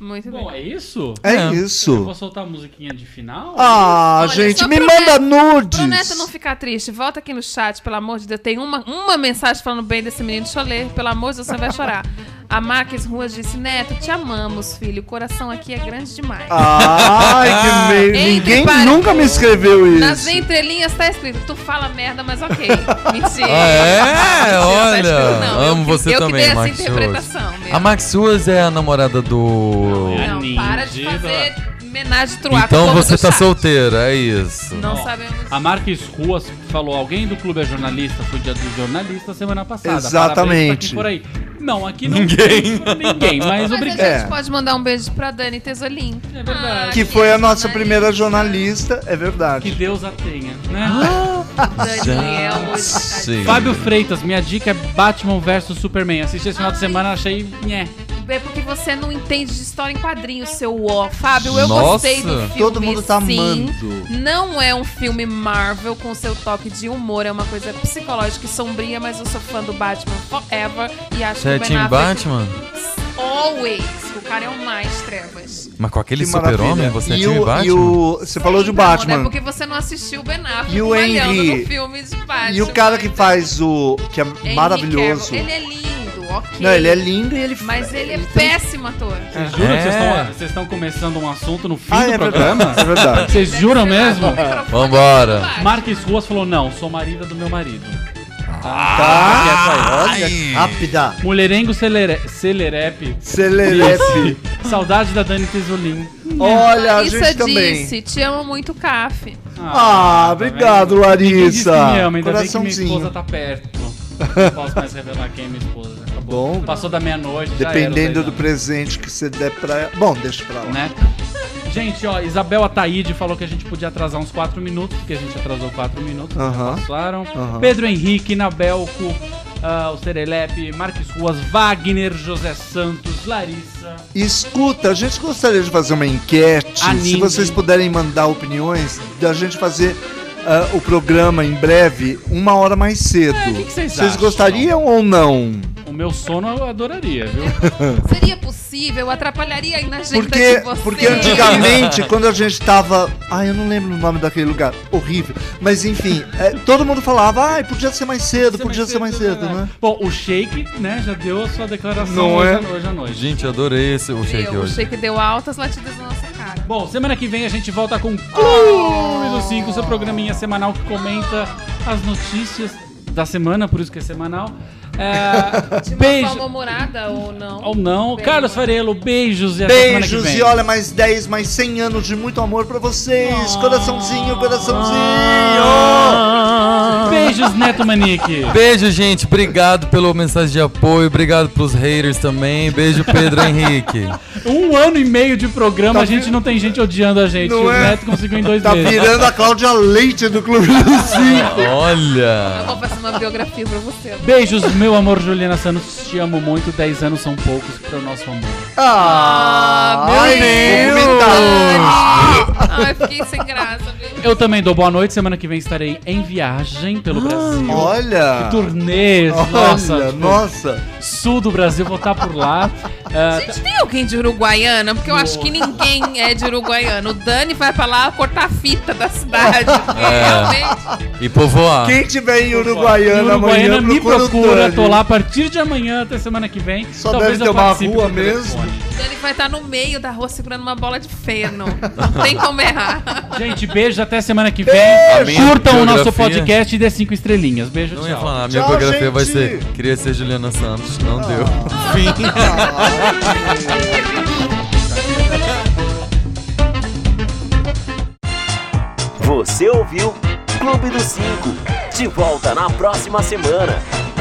Speaker 2: Muito bem.
Speaker 3: Bom, é isso?
Speaker 1: É,
Speaker 4: É.
Speaker 3: Eu
Speaker 1: isso.
Speaker 3: vou soltar a musiquinha de final?
Speaker 1: Ah,
Speaker 2: Olha,
Speaker 1: gente,
Speaker 2: só
Speaker 1: me
Speaker 2: pro
Speaker 1: manda
Speaker 2: Pro Neto não
Speaker 1: nudes.
Speaker 2: ficar triste, volta aqui no chat, pelo amor de Deus. Tem uma, uma mensagem falando bem desse menino. Deixa eu ler. Pelo amor de Deus, você vai chorar. A Max Ruas disse: Neto, te amamos, filho. O coração aqui é grande demais.
Speaker 4: Ah,
Speaker 2: Ah,
Speaker 1: Ai, que meio.
Speaker 2: Entre
Speaker 1: Ninguém
Speaker 2: parênteses.
Speaker 1: nunca me escreveu isso.
Speaker 2: Nas entrelinhas tá escrito, tu fala merda,
Speaker 4: <laughs>
Speaker 2: mas ok. Mentira.
Speaker 4: Ah, é?
Speaker 2: Mentira, tá
Speaker 4: Olha,
Speaker 2: escrito, não.
Speaker 4: amo
Speaker 2: eu, que-
Speaker 4: você
Speaker 2: eu
Speaker 4: também,
Speaker 2: que dei
Speaker 4: Max
Speaker 2: essa interpretação mesmo.
Speaker 4: A Max Suas é a namorada do.
Speaker 3: é a
Speaker 2: Não, para de
Speaker 3: Nindiva.
Speaker 2: fazer homenagem truá com
Speaker 4: Então
Speaker 2: todo
Speaker 4: você
Speaker 2: do
Speaker 4: tá
Speaker 2: chat.
Speaker 4: solteira, é isso.
Speaker 2: Não
Speaker 3: Ó,
Speaker 2: sabemos.
Speaker 3: A Marques Ruas falou: alguém do clube é jornalista, foi dia do jornalista semana passada.
Speaker 1: Exatamente.
Speaker 3: Parabéns pra quem for aí. Não, aqui não ninguém. ninguém,
Speaker 2: Mas
Speaker 3: mas obrigado.
Speaker 2: a
Speaker 1: É.
Speaker 2: gente pode mandar um beijo pra Dani Tesolim.
Speaker 3: É verdade.
Speaker 1: Que foi a nossa primeira jornalista, é verdade.
Speaker 3: Que Deus a tenha, né?
Speaker 1: Ah.
Speaker 2: Daniel, é hoje.
Speaker 4: Sim.
Speaker 3: Fábio Freitas, minha dica é Batman vs Superman. Assisti esse final de semana, achei. Nhé.
Speaker 2: É porque você não entende de história em quadrinhos, seu ó. Fábio, eu
Speaker 4: Nossa.
Speaker 2: gostei do filme.
Speaker 1: Todo mundo tá
Speaker 2: sim.
Speaker 1: amando.
Speaker 2: Não é um filme Marvel com seu toque de humor, é uma coisa psicológica e sombria, mas eu sou fã do Batman forever e acho
Speaker 4: Você é
Speaker 2: que o
Speaker 4: Team
Speaker 2: Ben Affleck
Speaker 4: Batman?
Speaker 2: always. O cara é o mais trevas.
Speaker 4: Mas com aquele
Speaker 1: Que maravilha.
Speaker 4: super-homem, você é
Speaker 1: E
Speaker 4: time
Speaker 1: o-
Speaker 4: Batman?
Speaker 1: E o, você falou de
Speaker 2: Então, É
Speaker 1: Batman.
Speaker 2: porque você não assistiu o Ben Affleck
Speaker 1: E o
Speaker 2: malhando
Speaker 1: Henry-
Speaker 2: no filme de Batman.
Speaker 1: E o cara que faz o. que é
Speaker 2: Henry
Speaker 1: maravilhoso.
Speaker 2: Cavill. Ele é lindo, ok.
Speaker 1: Não, ele é lindo e ele.
Speaker 2: Mas ele é péssimo ator.
Speaker 3: Juro que vocês
Speaker 4: É.
Speaker 3: estão- vocês estão começando um assunto no fim
Speaker 1: Ah,
Speaker 3: do
Speaker 1: é
Speaker 3: programa?
Speaker 1: verdade. É verdade.
Speaker 3: Vocês juram
Speaker 2: é
Speaker 3: mesmo?
Speaker 4: Vambora.
Speaker 3: Marques Ruas falou: não, sou marido do meu marido.
Speaker 1: Tá.
Speaker 4: Ah, que é essa aí?
Speaker 1: Olha, rápida.
Speaker 3: Mulherengo Celere... Celerep.
Speaker 1: Celerepe.
Speaker 3: Saudade da Dani Tesolim.
Speaker 1: Olha, a
Speaker 2: Isso
Speaker 1: gente também.
Speaker 2: disse, te amo muito, CAF.
Speaker 1: Ah, obrigado,
Speaker 3: Quem disse que
Speaker 1: Larissa.
Speaker 3: me ama, ainda bem que minha
Speaker 1: Coraçãozinho.
Speaker 3: esposa tá perto. Não posso mais revelar quem é minha esposa. Acabou.
Speaker 1: Bom.
Speaker 3: Passou da meia-noite. já era,
Speaker 1: Dependendo
Speaker 3: os
Speaker 1: do
Speaker 3: dez
Speaker 1: presente que você der pra ela. Bom, deixa pra lá.
Speaker 3: anos, né? Gente, ó, Isabel Ataíde falou que a gente podia atrasar uns 4 minutos, porque a gente atrasou 4 minutos, já
Speaker 1: Aham.
Speaker 3: passaram.
Speaker 1: Aham.
Speaker 3: Pedro Henrique, Nabelco, ah, o Serelepe, Marques Ruas, Wagner, José Santos, Larissa.
Speaker 1: Escuta, a gente gostaria de fazer uma enquete.
Speaker 3: A
Speaker 1: Se
Speaker 3: ninguém.
Speaker 1: vocês puderem mandar opiniões, da gente fazer ah, o programa em breve, uma hora mais cedo.
Speaker 3: É, o que que vocês acham?
Speaker 1: gostariam ou não?
Speaker 3: O meu sono eu adoraria, viu?
Speaker 2: Seria possível? Atrapalharia aí na agenda de
Speaker 1: Porque,
Speaker 2: vocês?
Speaker 1: porque antigamente, quando a gente tava. Ai, eu não lembro o nome daquele lugar. Horrível. Mas enfim, é, todo mundo falava, ai, podia ser mais cedo, podia ser mais cedo, né?
Speaker 3: Bom, o Shake, né, já deu a sua declaração
Speaker 1: Não
Speaker 3: hoje,
Speaker 1: é?
Speaker 3: à- hoje à noite.
Speaker 4: Gente, adorei esse, o shake
Speaker 2: Deu,
Speaker 4: hoje.
Speaker 2: achei que deu altas latidas na nossa cara.
Speaker 3: Bom, semana que vem a gente volta com Clube do 5, seu programinha semanal que comenta as notícias da semana, por isso que é semanal.
Speaker 2: <laughs>
Speaker 3: É,
Speaker 2: De uma forma
Speaker 3: beijo
Speaker 2: humorada ou não?
Speaker 3: ou não.
Speaker 2: Beijo.
Speaker 3: Carlos Farelo, beijos e até semana que
Speaker 1: Beijos
Speaker 3: vem.
Speaker 1: e olha, mais 10, mais 100 anos de muito amor pra
Speaker 3: Ah.
Speaker 1: vocês. Coraçãozinho, coraçãozinho.
Speaker 3: Beijos,
Speaker 1: <laughs>
Speaker 3: Neto Manique.
Speaker 4: Beijo, gente. Obrigado pela mensagem de apoio. Obrigado pros haters também. Beijo, Pedro Henrique.
Speaker 3: Um ano e meio de programa,
Speaker 1: Tá
Speaker 3: a gente
Speaker 1: vi-
Speaker 3: não tem gente odiando a gente.
Speaker 1: Não
Speaker 3: o
Speaker 1: é?
Speaker 3: Neto conseguiu em dois
Speaker 1: Tá
Speaker 3: meses.
Speaker 1: virando a Cláudia Leite do Clube do Cinco.
Speaker 2: Eu
Speaker 4: Olha.
Speaker 2: vou fazer uma biografia pra você.
Speaker 3: Beijos, meu amor, Juliana Santos. Te amo muito. 10 anos são poucos para o nosso amor.
Speaker 1: Ah,
Speaker 2: meu
Speaker 1: ai,
Speaker 2: Deus.
Speaker 1: vou vomitar.
Speaker 2: Ai, fiquei sem graça. viu?
Speaker 3: Eu também dou boa noite. Semana que vem estarei em viagem
Speaker 1: Ah,
Speaker 3: pelo Brasil.
Speaker 1: Olha.
Speaker 3: Turnês,
Speaker 1: Ah, Olha,
Speaker 3: nossa, tipo,
Speaker 1: nossa.
Speaker 3: sul do Brasil, vou estar por lá. Ah,
Speaker 2: Gente, tem alguém de Uruguaiana? Porque eu acho que ninguém é de Uruguaiana. O Dani vai pra lá cortar a fita da cidade. porque
Speaker 4: É.
Speaker 2: Realmente.
Speaker 4: E povoar.
Speaker 1: Quem tiver em
Speaker 3: Ah. em
Speaker 1: Uruguaiana,
Speaker 3: Uruguaiana
Speaker 1: amanhã,
Speaker 3: me
Speaker 1: procura o
Speaker 3: procura,
Speaker 1: Dani.
Speaker 3: tô lá a partir de amanhã até semana que vem.
Speaker 1: Só
Speaker 3: Talvez
Speaker 1: deve
Speaker 3: eu
Speaker 1: ter uma
Speaker 3: participe
Speaker 1: rua
Speaker 3: por telefone.
Speaker 2: O Dani vai estar no meio da rua segurando uma bola de feno. Não tem como errar.
Speaker 3: Gente, beijo até semana que vem.
Speaker 4: A minha
Speaker 3: Curtam o nosso
Speaker 4: biografia-
Speaker 3: podcast e dê cinco estrelinhas. Beijo,
Speaker 4: Não
Speaker 3: tchau.
Speaker 4: ia falar, a minha
Speaker 1: Tchau,
Speaker 4: biografia vai
Speaker 1: gente. Ah.
Speaker 4: ser. Queria ser Juliana Santos. Não deu. Fim.
Speaker 5: Você ouviu Clube dos Cinco. De volta na próxima semana.